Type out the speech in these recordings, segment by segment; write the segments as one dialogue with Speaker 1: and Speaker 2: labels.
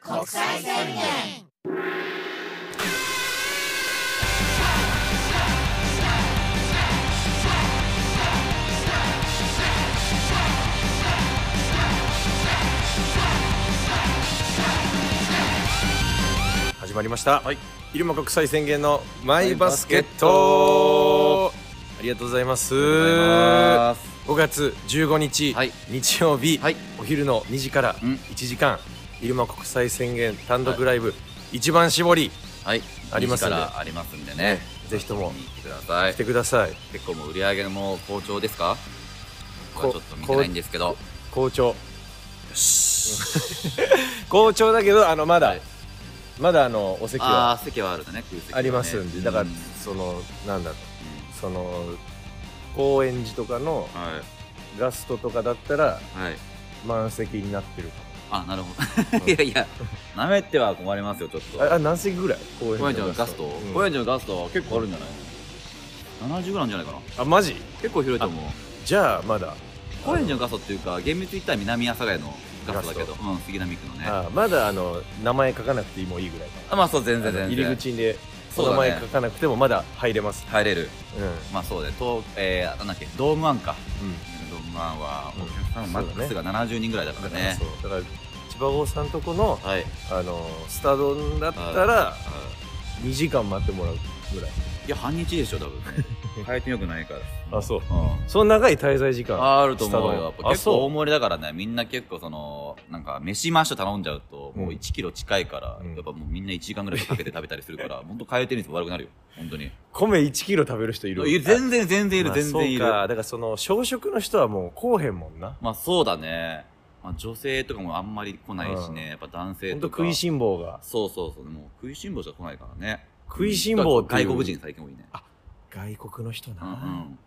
Speaker 1: 国際宣言
Speaker 2: 始まりました、
Speaker 3: はい
Speaker 2: 入間国際宣言のマイバスケットありがとうございます
Speaker 3: ざいます
Speaker 2: 5月15日、
Speaker 3: はい
Speaker 2: 日曜日、
Speaker 3: はい
Speaker 2: お昼の2時から
Speaker 3: うん
Speaker 2: 1時間、入間国際宣言単独ライブ、一番絞り
Speaker 3: はい、
Speaker 2: ありますんで
Speaker 3: 2時からありますんでね、
Speaker 2: ぜひとも
Speaker 3: 見に来てください
Speaker 2: 来て。ください
Speaker 3: 結構もう売り上げも好調ですか？僕
Speaker 2: こ
Speaker 3: はちょっと見てないんですけど、
Speaker 2: 好調 好調だけどあのまだ、
Speaker 3: はい
Speaker 2: まだあのお席は
Speaker 3: ああ席はあるんだね、空席はね
Speaker 2: ありますんで、だから、
Speaker 3: うん
Speaker 2: そのなんだろ
Speaker 3: う
Speaker 2: うその高円寺とかの
Speaker 3: んはい
Speaker 2: ガストとかだったら
Speaker 3: はい。
Speaker 2: 満席になってる
Speaker 3: あなるほ
Speaker 2: うん
Speaker 3: ど。い やいや、なめては困りますよちょっと。
Speaker 2: ああ何席ぐらい高
Speaker 3: 高円寺のガスト、
Speaker 2: うん
Speaker 3: 高円寺のガストは結構あるんじゃない？七十ぐらいなんじゃないかな。
Speaker 2: あマジ
Speaker 3: 結構広いと思う。
Speaker 2: じゃあまだ
Speaker 3: 高円寺のガストっていうか厳密に言ったら南阿佐ヶ谷のガストだけど、うん杉並区のね。
Speaker 2: あまだあの名前書かなくてもいいぐらいかな
Speaker 3: あまあそう全然
Speaker 2: あの
Speaker 3: 全然。
Speaker 2: 入り口で
Speaker 3: そ
Speaker 2: お
Speaker 3: うだ
Speaker 2: 名
Speaker 3: ね
Speaker 2: 前書かなくてもまだ入れます
Speaker 3: 入れる。
Speaker 2: うん
Speaker 3: まあそうで、とえー、なんだっけ、ドームワンか。
Speaker 2: うん
Speaker 3: ドームワンは、
Speaker 2: うん
Speaker 3: お客さんマックスが70人ぐらいだからね
Speaker 2: そ。うだから千葉郷さんとこの
Speaker 3: はい。
Speaker 2: あのスタドンだったら2時間待ってもらうぐらい
Speaker 3: いや、半日でしょ、多 分、ね。回転よくないから。
Speaker 2: あそう
Speaker 3: うん。
Speaker 2: その長い滞在時間
Speaker 3: あると思うよ。や
Speaker 2: ス
Speaker 3: っ
Speaker 2: タバ
Speaker 3: ぱ結構
Speaker 2: あそう
Speaker 3: 大盛りだからね、みんな結構その、なんか飯マッシュ頼んじゃうと、もう1キロ近いから、
Speaker 2: うん
Speaker 3: やっぱもうみんな1時間ぐらいかけて食べたりす るから、ほんと回転率も悪くなるよ。本当に。
Speaker 2: 米1キロ食べる人いる
Speaker 3: いる全然、全然いる、
Speaker 2: まあ
Speaker 3: 全然いる。
Speaker 2: そうかだからその小食の人はもうこうへんもんな
Speaker 3: まあそうだね。まあ女性とかもあんまり来ないしね、やっぱ男性
Speaker 2: ほんと
Speaker 3: とか。
Speaker 2: 食いしん坊が
Speaker 3: そうそうそう、もう食いしん坊しか来ないからね。
Speaker 2: 食いしん坊っていう
Speaker 3: 外国人最近多いね。
Speaker 2: 外国の人な、
Speaker 3: うんうん。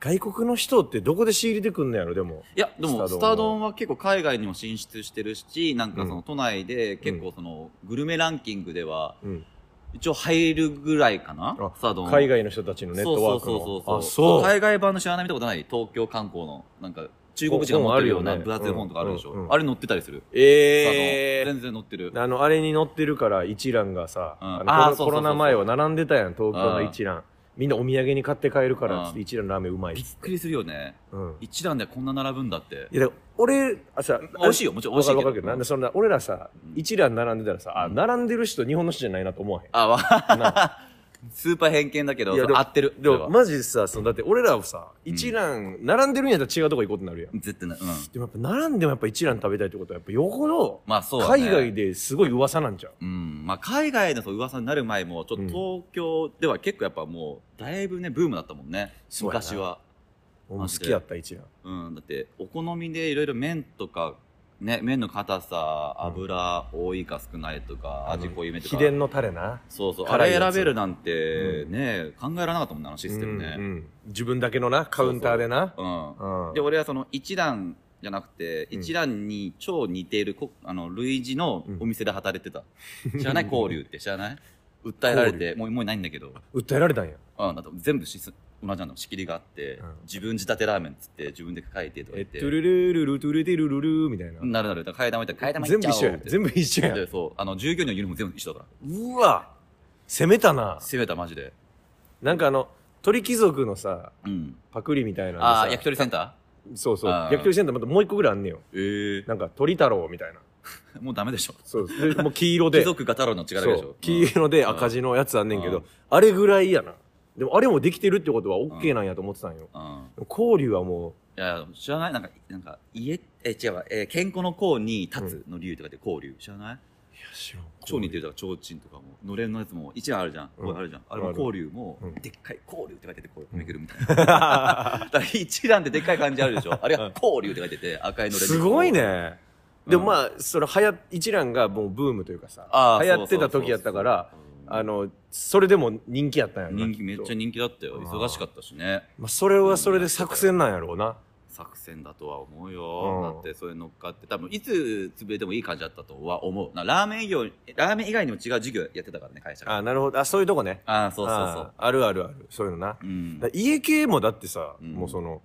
Speaker 2: 外国の人ってどこで仕入れてくんのやろでも
Speaker 3: いや、でも、
Speaker 2: ス
Speaker 3: ス
Speaker 2: タ
Speaker 3: タ
Speaker 2: ド
Speaker 3: ド
Speaker 2: ン
Speaker 3: ンは結構海外にも進出してるし、なんかそ
Speaker 2: うん
Speaker 3: の都内で結構そのグルメランキングでは
Speaker 2: うん
Speaker 3: 一応入るぐらいかな
Speaker 2: あ、
Speaker 3: スタドンは。
Speaker 2: 海外の人たちのネットワーク
Speaker 3: そう
Speaker 2: の
Speaker 3: そうそうそう。
Speaker 2: あそう
Speaker 3: 海外版の知らない見たことない東京観光の、なんか中国人が持ってるよう
Speaker 2: 本あ
Speaker 3: な
Speaker 2: るよね
Speaker 3: ブラジル本とかあるでしょ。
Speaker 2: うんうんうん
Speaker 3: あれ乗ってたりする。
Speaker 2: え
Speaker 3: スタドン
Speaker 2: え
Speaker 3: 全然乗ってる。
Speaker 2: ー、あのあれに乗ってるから一蘭がさ、
Speaker 3: うん
Speaker 2: あ
Speaker 3: あー
Speaker 2: の
Speaker 3: そう
Speaker 2: コロコロ
Speaker 3: そうそうそう
Speaker 2: ナ前は並んでたやん東京の一蘭みんなお土産に買って帰るから
Speaker 3: うん
Speaker 2: つって一蘭ラーメンうまいっ
Speaker 3: びっ
Speaker 2: つって
Speaker 3: くりするよね。
Speaker 2: うん
Speaker 3: 一段でこんな並ぶんだって。
Speaker 2: いやだから俺あさ
Speaker 3: まあ美味しいよもちろん美味しいけど
Speaker 2: わかるわかるなんでそんな俺らさ
Speaker 3: うん
Speaker 2: 一蘭並んでたらさあ並んでる人日本の人じゃないなと思わへん
Speaker 3: あ、わ、
Speaker 2: な
Speaker 3: スーパー偏見だけど、
Speaker 2: いやでも
Speaker 3: 合ってる。
Speaker 2: で
Speaker 3: それ
Speaker 2: も
Speaker 3: は
Speaker 2: マジでさそのだって俺らをさ
Speaker 3: うん
Speaker 2: 一蘭並んでるんやったら違うとこ行こうってなるやん
Speaker 3: 絶対ない。うん。
Speaker 2: でもやっぱ並んでもやっぱ一蘭食べたいってことはやっぱよほど
Speaker 3: まあそうだね。
Speaker 2: 海外ですごい噂なんじゃん
Speaker 3: うん。まあ海外のそう噂になる前も、ちょっと東京では結構やっぱもう、だいぶね、ブームだったもんね。
Speaker 2: そうやな
Speaker 3: 昔は。
Speaker 2: 俺も
Speaker 3: マ
Speaker 2: 好
Speaker 3: ジで
Speaker 2: きやった一蘭
Speaker 3: うん。だって、お好みでいろいろ麺とか、ね、麺の硬さ、油多いか少ないとか、味濃いめと
Speaker 2: 秘
Speaker 3: か。
Speaker 2: 伝のタレな
Speaker 3: そうそう。あ
Speaker 2: 辛い
Speaker 3: れ
Speaker 2: やつ
Speaker 3: 選べるなんて、
Speaker 2: う
Speaker 3: ね、考えられなかったもんね、あのシステム
Speaker 2: うんう
Speaker 3: ね。
Speaker 2: ん自分だけのなカウンターでな
Speaker 3: うん。
Speaker 2: うん
Speaker 3: で俺はその一蘭じゃなくて
Speaker 2: うん
Speaker 3: 一蘭に超似ているこあの類似のお店で働 いてた、知らない交流って知らない訴えられてもうもういないんだけど、
Speaker 2: 訴えられたんや
Speaker 3: うん、だと全部しす同じなの仕切りがあって、
Speaker 2: うん
Speaker 3: 自分仕立てラーメンっつって自分で書いてとか
Speaker 2: え
Speaker 3: 言
Speaker 2: っ
Speaker 3: って
Speaker 2: とゥルルルルトゥルデルルルみたいな
Speaker 3: なるなるだから替え玉いったら替え玉いっ
Speaker 2: 全
Speaker 3: ち
Speaker 2: 部
Speaker 3: ゃおう
Speaker 2: 一緒や
Speaker 3: って
Speaker 2: 全部一緒や
Speaker 3: でそうあの従業員のユニフォーム全部一緒だか
Speaker 2: うわ攻めたな
Speaker 3: ら攻めたマジで
Speaker 2: なんかあの鳥貴族のさ
Speaker 3: うん
Speaker 2: パクリみたいなのさ
Speaker 3: ああー焼き鳥センタ
Speaker 2: そうそう
Speaker 3: あー
Speaker 2: 焼き鳥センターまたもう一個ぐらいあんねよ
Speaker 3: ーえ
Speaker 2: なんか鳥太郎みたいな
Speaker 3: えもうダメでしょ
Speaker 2: そうですでもう黄色
Speaker 3: 貴
Speaker 2: で
Speaker 3: 族が太郎の力
Speaker 2: そ
Speaker 3: でしょ
Speaker 2: う黄色で赤字のやつあんねんけどあれぐらいやなでもあれもできてるってことはオッケーなんやと思ってたんよ
Speaker 3: うんうん
Speaker 2: 交流はも
Speaker 3: いや、知らないなんか、なんか、家、え、違うわ、えー健康の功に立つの理由とかで交流、知ら
Speaker 2: い
Speaker 3: ないう
Speaker 2: や知らん
Speaker 3: 超似てるだから、提灯とかも、のれんのやつも、一覧あるじゃん、
Speaker 2: うん
Speaker 3: あるじゃん。あれ
Speaker 2: あ
Speaker 3: も
Speaker 2: る
Speaker 3: 交流も、
Speaker 2: うん
Speaker 3: でっかい交流って書いてて、こ
Speaker 2: う
Speaker 3: う、
Speaker 2: ん
Speaker 3: めくるみたいな。 だから一覧ってでっかい感じあるでしょあれは交流って書いてて、赤いのれんです
Speaker 2: ごい。ね
Speaker 3: うん
Speaker 2: でもまあそれ流行一蘭がもうブームというかさ
Speaker 3: あー
Speaker 2: 流行ってた時やったから
Speaker 3: そうそうそう
Speaker 2: あのそれでも人気やったんや
Speaker 3: う
Speaker 2: ろ
Speaker 3: ん
Speaker 2: な
Speaker 3: 人気、めっちゃ人気だったよ。
Speaker 2: あー
Speaker 3: 忙しかったしね。
Speaker 2: まあそれはそれで作戦なんやろうな
Speaker 3: 作戦だとは思うよ、
Speaker 2: うん
Speaker 3: だってそれ乗っかって多分いつ潰れてもいい感じだったとは思うなラーメン以外ラーメン以外にも違う授業やってたからね会社が
Speaker 2: あなるほどあそういうとこね
Speaker 3: ああそうそうそう
Speaker 2: あーあるあるあるそういうのな
Speaker 3: うん
Speaker 2: だ家系もだってさ
Speaker 3: うん
Speaker 2: もうその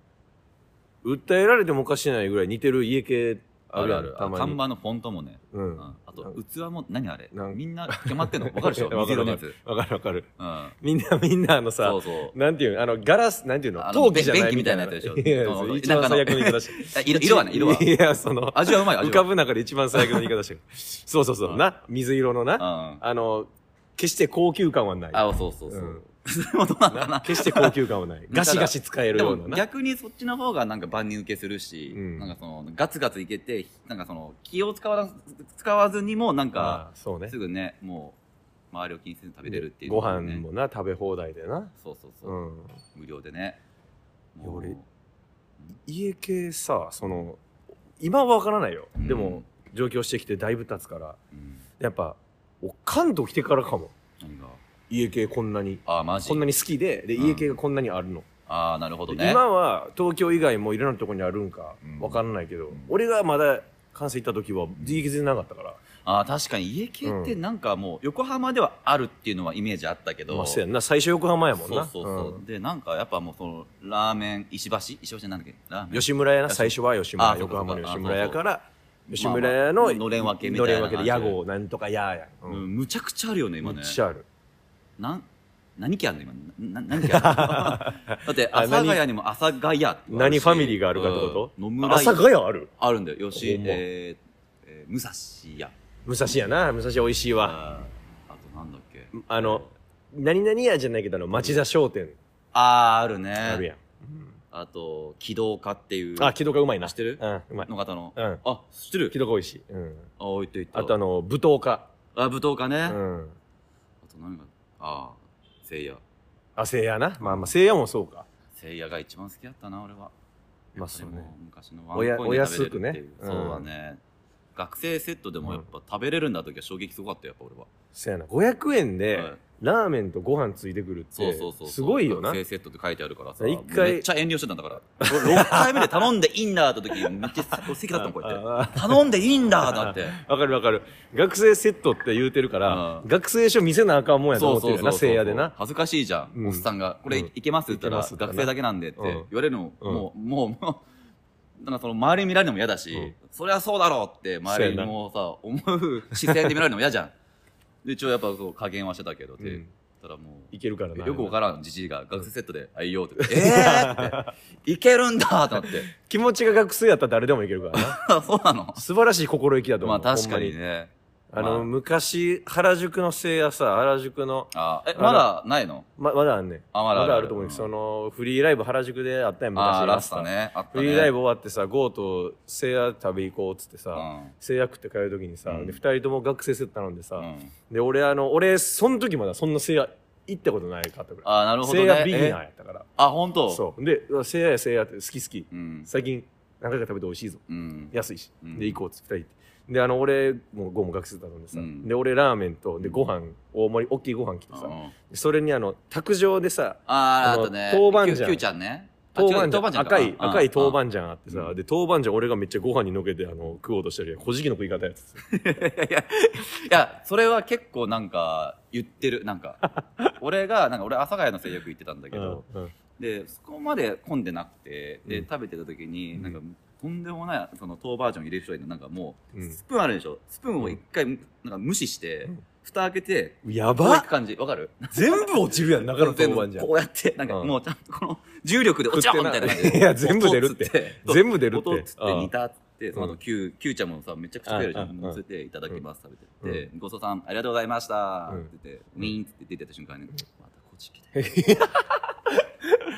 Speaker 2: 訴えられてもおかしないぐらい似てる家系あ
Speaker 3: あ
Speaker 2: る
Speaker 3: る
Speaker 2: や
Speaker 3: あ
Speaker 2: ん
Speaker 3: る
Speaker 2: た
Speaker 3: あ
Speaker 2: ま
Speaker 3: 看
Speaker 2: に
Speaker 3: 板のフォントもね、
Speaker 2: う
Speaker 3: うんん
Speaker 2: わ
Speaker 3: あと器も何あれ
Speaker 2: なん
Speaker 3: みんな決まってんの分かるで しょ
Speaker 2: わか
Speaker 3: 水
Speaker 2: る
Speaker 3: 色の
Speaker 2: わか
Speaker 3: やつ
Speaker 2: る、わかるわかる
Speaker 3: うん、
Speaker 2: みんなみんなあのさ
Speaker 3: そうそう
Speaker 2: なんていうのあのガラスなんていうの
Speaker 3: あの
Speaker 2: 陶器じゃない
Speaker 3: 便器みたいなやつでしょ
Speaker 2: いや
Speaker 3: そうそう
Speaker 2: 一番最悪の言い方し
Speaker 3: あ 色色はね 色はい
Speaker 2: やその
Speaker 3: 味はうまい味
Speaker 2: 浮
Speaker 3: は
Speaker 2: かぶ中で一番最悪の言い方してるそうそうそううんな水色のな
Speaker 3: うん
Speaker 2: あの決して高級感はない
Speaker 3: あそうそうそう、
Speaker 2: うん
Speaker 3: それもどうなのか
Speaker 2: な
Speaker 3: な
Speaker 2: 決して高級感は ないガシガシ使える
Speaker 3: で
Speaker 2: よう
Speaker 3: も
Speaker 2: なな
Speaker 3: 逆にそっちの方がなんか万人受けするし、
Speaker 2: うん
Speaker 3: なんかそのガツガツいけてなんかその気を使わな使わずにもなんか
Speaker 2: あそうね
Speaker 3: すぐねもう周りを気にせず食べれるっていう、ね、
Speaker 2: ご飯もな食べ放題でな
Speaker 3: そうそうそう、
Speaker 2: うん
Speaker 3: 無料でね
Speaker 2: いや
Speaker 3: もう
Speaker 2: 俺家系さその今は分からないよ
Speaker 3: うん
Speaker 2: でも上京してきてだいぶ経つから
Speaker 3: うん
Speaker 2: やっぱお関東来てからかも
Speaker 3: 何が
Speaker 2: 家系こんなに
Speaker 3: あマジ
Speaker 2: こんなに好きでで
Speaker 3: うん
Speaker 2: 家系がこんなにあるの
Speaker 3: ああなるほどね
Speaker 2: 今は東京以外もいろんなとこにあるんか
Speaker 3: うん
Speaker 2: 分かんないけど、
Speaker 3: うん
Speaker 2: 俺がまだ関西行った時は家系全然なかったから、
Speaker 3: ああ確かに家系ってなんかもう横浜ではあるっていうのはイメージあったけど、
Speaker 2: まあ、そうやんな最初横浜やもんな
Speaker 3: そうそうそう、
Speaker 2: うん
Speaker 3: でなんかやっぱもうそのラーメン石橋石橋じゃなんだっけラーメン
Speaker 2: 吉村屋な最初は吉村
Speaker 3: あ
Speaker 2: 屋
Speaker 3: そうか
Speaker 2: 横
Speaker 3: そうか
Speaker 2: 浜の吉村屋から
Speaker 3: あ
Speaker 2: 吉村屋の
Speaker 3: まあまあのれん分けみたい
Speaker 2: のれ
Speaker 3: な
Speaker 2: ん分けで屋号なんとか屋やん、
Speaker 3: う
Speaker 2: うん
Speaker 3: ん、むちゃくちゃあるよね今
Speaker 2: め
Speaker 3: ね
Speaker 2: っちゃある
Speaker 3: なん何家あんの今 なな何家あんのだって阿佐ヶ谷にも阿佐ヶ谷ってあるし
Speaker 2: 何ファミリーがあるかってこと
Speaker 3: うん野
Speaker 2: 阿
Speaker 3: 村
Speaker 2: 佐ヶ
Speaker 3: 屋
Speaker 2: 谷ある
Speaker 3: あるんだよ吉、
Speaker 2: ほんま
Speaker 3: えーえー武蔵屋
Speaker 2: 武蔵やな武蔵美味しいわ
Speaker 3: ああとなんだっけ
Speaker 2: あの何々屋じゃないけどあの町田商店
Speaker 3: あーあるね
Speaker 2: あるやん、
Speaker 3: あと軌道家っていう
Speaker 2: あ木戸がうまいな
Speaker 3: 知ってる
Speaker 2: うんうまい
Speaker 3: の方の、
Speaker 2: うん
Speaker 3: あ知ってる
Speaker 2: 木戸が美味しい、うん、
Speaker 3: あ置いといた
Speaker 2: あとあの舞踏家
Speaker 3: あ舞踏家ね、
Speaker 2: う
Speaker 3: あ
Speaker 2: ん
Speaker 3: と何がああせいや
Speaker 2: あせいやなまあまあせいやもそうか
Speaker 3: せいやが一番好きだったな俺は
Speaker 2: まあそうね
Speaker 3: やっぱりも昔のワンコインで食べれるっていう
Speaker 2: おやお安くねうん
Speaker 3: そうだね、学生セットでもやっぱ食べれるんだ時は衝撃すごかったよやっぱ俺は
Speaker 2: せやな500円で
Speaker 3: はい
Speaker 2: ラーメンとご飯ついてくるっ
Speaker 3: そうそうそう
Speaker 2: てすごいよな
Speaker 3: 学生セットって書いてあるからさ
Speaker 2: 一回
Speaker 3: めっちゃ遠慮してたんだから6回目で頼んでいいんだって時めっちゃ席だったもんこうや
Speaker 2: あ
Speaker 3: って頼んでいいんだだって
Speaker 2: あわかるわかる学生セットって言うてるから
Speaker 3: うん
Speaker 2: 学生証見せなあかんもんやと思ってるよなせいやでな
Speaker 3: 恥ずかしいじゃん、
Speaker 2: うん
Speaker 3: おっさんが「これ
Speaker 2: うん
Speaker 3: いけます?」って言った
Speaker 2: い
Speaker 3: ら
Speaker 2: けますっ
Speaker 3: 「
Speaker 2: てな
Speaker 3: 学生だけなんで」って
Speaker 2: うん
Speaker 3: 言われるの、
Speaker 2: うん
Speaker 3: もうもうもう なんかその周りに見られるのも嫌だし、
Speaker 2: うん
Speaker 3: そりゃそうだろうって周りにもさ思う視線で見られるのも嫌じゃんで一応やっぱそう加減はしてたけどって、
Speaker 2: うん
Speaker 3: 言ったらもう
Speaker 2: いけるからな
Speaker 3: よくわからんじじいが学生セットで「あいいよ」って言って「えー!」って「いけるんだ!」ってなって
Speaker 2: 気持ちが学生やったら誰でもいけるからな
Speaker 3: そうなの
Speaker 2: 素晴らしい心意気だと思
Speaker 3: ま
Speaker 2: う
Speaker 3: あ確か
Speaker 2: ほん
Speaker 3: にね
Speaker 2: あ
Speaker 3: ま
Speaker 2: の
Speaker 3: あ
Speaker 2: 昔原宿のせいやさ原宿の
Speaker 3: あえ
Speaker 2: あの
Speaker 3: まだないの
Speaker 2: ままだあんねん
Speaker 3: あ
Speaker 2: ま
Speaker 3: まだある
Speaker 2: だあると思うけど
Speaker 3: う
Speaker 2: そ
Speaker 3: ん
Speaker 2: のフリーライブ原宿であったやん
Speaker 3: あ
Speaker 2: 昔
Speaker 3: ーラスタねあった
Speaker 2: フ
Speaker 3: ね
Speaker 2: リーライブ終わってさゴーとせいや食べ行こうっつって
Speaker 3: う
Speaker 2: さ
Speaker 3: ん
Speaker 2: せいや食って帰る時にさ
Speaker 3: うん
Speaker 2: で二人とも学生セット頼んで
Speaker 3: う
Speaker 2: さ
Speaker 3: ん
Speaker 2: で俺あの俺その時まだそんなせいや行ったことないかったぐらい
Speaker 3: あーなるほど
Speaker 2: せ
Speaker 3: ね
Speaker 2: いやビギナーやったから
Speaker 3: あ、本当。
Speaker 2: そうでうわせいややせいやって好き好き
Speaker 3: うん。
Speaker 2: 最近何回か食べて美味しいぞ
Speaker 3: うん。
Speaker 2: 安いし、
Speaker 3: うん
Speaker 2: で行こうっつって二人行ってであの俺もうゴム学生だったんでさ、
Speaker 3: うん
Speaker 2: で俺ラーメンとでご飯大盛り大きいご飯来て
Speaker 3: う
Speaker 2: さ、
Speaker 3: ん
Speaker 2: それにあの卓上でさ
Speaker 3: あ
Speaker 2: あ
Speaker 3: ー、
Speaker 2: の
Speaker 3: あとね。
Speaker 2: 豆板醤
Speaker 3: キュキュウちゃんね。あ
Speaker 2: 豆
Speaker 3: 違
Speaker 2: 板
Speaker 3: う
Speaker 2: 醤
Speaker 3: か
Speaker 2: 赤い
Speaker 3: うん
Speaker 2: 赤い豆板
Speaker 3: うん
Speaker 2: 醤あってさ、
Speaker 3: うん
Speaker 2: で豆板醤俺がめっちゃご飯にのけてあの食おうとしてるやん小じきの食い方やつ
Speaker 3: いや、それは結構なんか、言ってる。な んか、俺が、なんか俺、阿佐ヶ谷の性欲行ってたんだけど、
Speaker 2: うんうん
Speaker 3: で、そこまで混んでなくて、で、
Speaker 2: うん
Speaker 3: 食べてた時
Speaker 2: う
Speaker 3: に、
Speaker 2: ん
Speaker 3: なんか、とんでもない、その豆板醤入れる人がいるの、なんかもう、
Speaker 2: うん
Speaker 3: スプーンあるでしょ。スプーンを一回、なんか無視して、
Speaker 2: うん
Speaker 3: 蓋開けて、
Speaker 2: や
Speaker 3: こういく
Speaker 2: ば
Speaker 3: 感じ、わかる
Speaker 2: 全部落ちるやん中の豆
Speaker 3: 全部
Speaker 2: 板醤
Speaker 3: こうやって、なんか
Speaker 2: うん
Speaker 3: もうちゃんとこの重力で落ちろみたいな感じ
Speaker 2: 食ってな
Speaker 3: で。
Speaker 2: いや全部出るって
Speaker 3: 音つそう
Speaker 2: 全部出るって
Speaker 3: 音つって煮たっつって、その
Speaker 2: う
Speaker 3: 後
Speaker 2: ん
Speaker 3: キュウ、キュウちゃんもさ、めちゃくちゃ食えるじゃ
Speaker 2: うん
Speaker 3: ん。
Speaker 2: うん
Speaker 3: 乗せていただきます、食べて。で
Speaker 2: う、
Speaker 3: ごちそうさん、ありがとうございました
Speaker 2: うん
Speaker 3: って言って、ウィーンって出てった瞬間に、またこっち来て。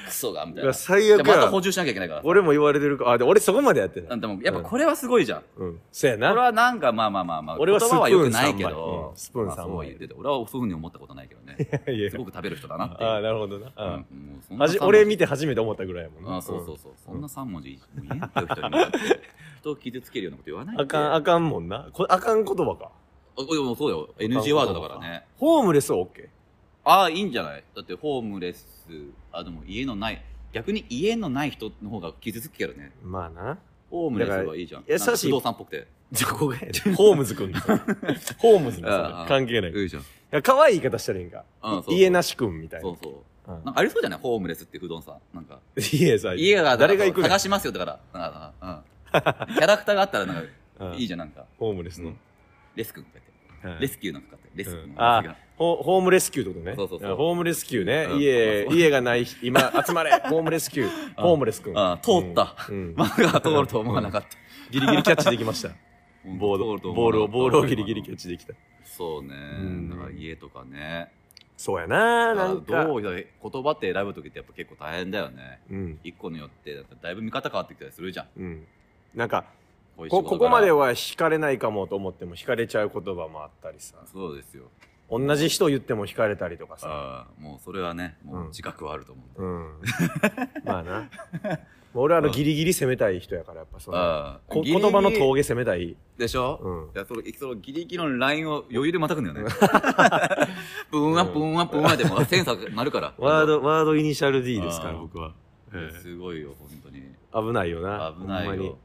Speaker 3: クソが、みたいうな。
Speaker 2: わ
Speaker 3: で
Speaker 2: 最悪
Speaker 3: また
Speaker 2: や
Speaker 3: 補充しなきゃいけないから。
Speaker 2: 俺も言われてるかあで俺そこまでやって
Speaker 3: な
Speaker 2: た
Speaker 3: んでも、やっぱこれはすごいじゃん。
Speaker 2: うんそや
Speaker 3: これ
Speaker 2: な
Speaker 3: はなんか、まあまあまあまあ、
Speaker 2: 俺は
Speaker 3: 言葉は良くないけど、
Speaker 2: スプーン三
Speaker 3: ま
Speaker 2: 枚うんスプーン三枚
Speaker 3: あそうは言ってて、俺はそういうふうに思ったことないけどね。
Speaker 2: いや
Speaker 3: すごく食べる人だなってい う
Speaker 2: ああなるほどな、うん
Speaker 3: うんもうそんな
Speaker 2: 味
Speaker 3: 三文字
Speaker 2: 俺見て初めて思ったぐらいやもんな
Speaker 3: あそうそうそう、
Speaker 2: うん
Speaker 3: そんな3文字も う言えんってよ人に向かって人を傷つけるようなこと言わないって
Speaker 2: あかん、あかんもんな。こあかん言葉か。
Speaker 3: あでもそうよ NG ワードだからね
Speaker 2: ホームレスは OK。
Speaker 3: ああいいんじゃないだってホームレスあでも家のない逆に家のない人の方が傷つくけどね
Speaker 2: まあ な。
Speaker 3: ホームレスはいいじゃん
Speaker 2: だから優しい
Speaker 3: なんか不動産っぽ くて
Speaker 2: どこがやねんホームズくんだ。 ホームズの
Speaker 3: あ
Speaker 2: さ
Speaker 3: あ、
Speaker 2: 関係ない。い
Speaker 3: いいじゃん
Speaker 2: や、可愛い言い方したらいいんか。
Speaker 3: うんそう
Speaker 2: 家なしくんみたい
Speaker 3: そ
Speaker 2: な
Speaker 3: うそう
Speaker 2: うん
Speaker 3: なんかありそうじゃないホームレスって不動産なんか。
Speaker 2: 家さ、
Speaker 3: 家が
Speaker 2: 誰が行くねん
Speaker 3: 探しますよだからなんか、うん、キャラクターがあったらなんか
Speaker 2: うん
Speaker 3: いいじゃん、なんか。
Speaker 2: ホームレスの、
Speaker 3: レスク、こうやって。
Speaker 2: はい
Speaker 3: レスキューの使って、レス
Speaker 2: う
Speaker 3: ク
Speaker 2: ん
Speaker 3: の。
Speaker 2: あ
Speaker 3: レスキューの
Speaker 2: ホホームレスキューってことね
Speaker 3: そうそうそう
Speaker 2: あホームレスキューね、
Speaker 3: うん
Speaker 2: 家
Speaker 3: そうそう
Speaker 2: 家がない人今集まれホームレスキューホームレス君
Speaker 3: あー通った
Speaker 2: うんうん
Speaker 3: マが通ると思わなかった。
Speaker 2: ギリギリキャッチできましたボー
Speaker 3: 通ると
Speaker 2: ル
Speaker 3: 思
Speaker 2: ボー
Speaker 3: わな
Speaker 2: ルを
Speaker 3: かった
Speaker 2: ボールをギリギリキャッチできた
Speaker 3: そうね
Speaker 2: ん。
Speaker 3: だから家とかね。
Speaker 2: そうやなな
Speaker 3: なんん
Speaker 2: か
Speaker 3: どう言葉って選ぶ時ってやっぱ結構大変だよね。
Speaker 2: うん
Speaker 3: 一個によってなんかだいぶ見方変わってきたりするじゃん。
Speaker 2: うんなんか
Speaker 3: こういう仕
Speaker 2: こ
Speaker 3: 事
Speaker 2: ここまで
Speaker 3: 柄
Speaker 2: は惹かれないかもと思っても惹かれちゃう言葉もあったりさ
Speaker 3: そうですよ。
Speaker 2: 同じ人言っても惹かれたりとかさ
Speaker 3: ああ、もうそれはね、も
Speaker 2: うん
Speaker 3: う自覚はあると思うんで。
Speaker 2: うん まあな俺はあのギリギリ攻めたい人やからやっぱその
Speaker 3: ああ
Speaker 2: こ言葉の
Speaker 3: ギリギ
Speaker 2: 峠攻めたい
Speaker 3: リでしょ、
Speaker 2: うん
Speaker 3: いやそのそのギリギリのラインを余裕でまたくんだよね。ブーンアップーンアップーンアップでもセンサーなる から。
Speaker 2: ワードワードイニシャル D ですから
Speaker 3: あー
Speaker 2: 僕は
Speaker 3: うんすごいよ、本当に。
Speaker 2: 危ないよな
Speaker 3: 危ない
Speaker 2: ほんまに
Speaker 3: よ。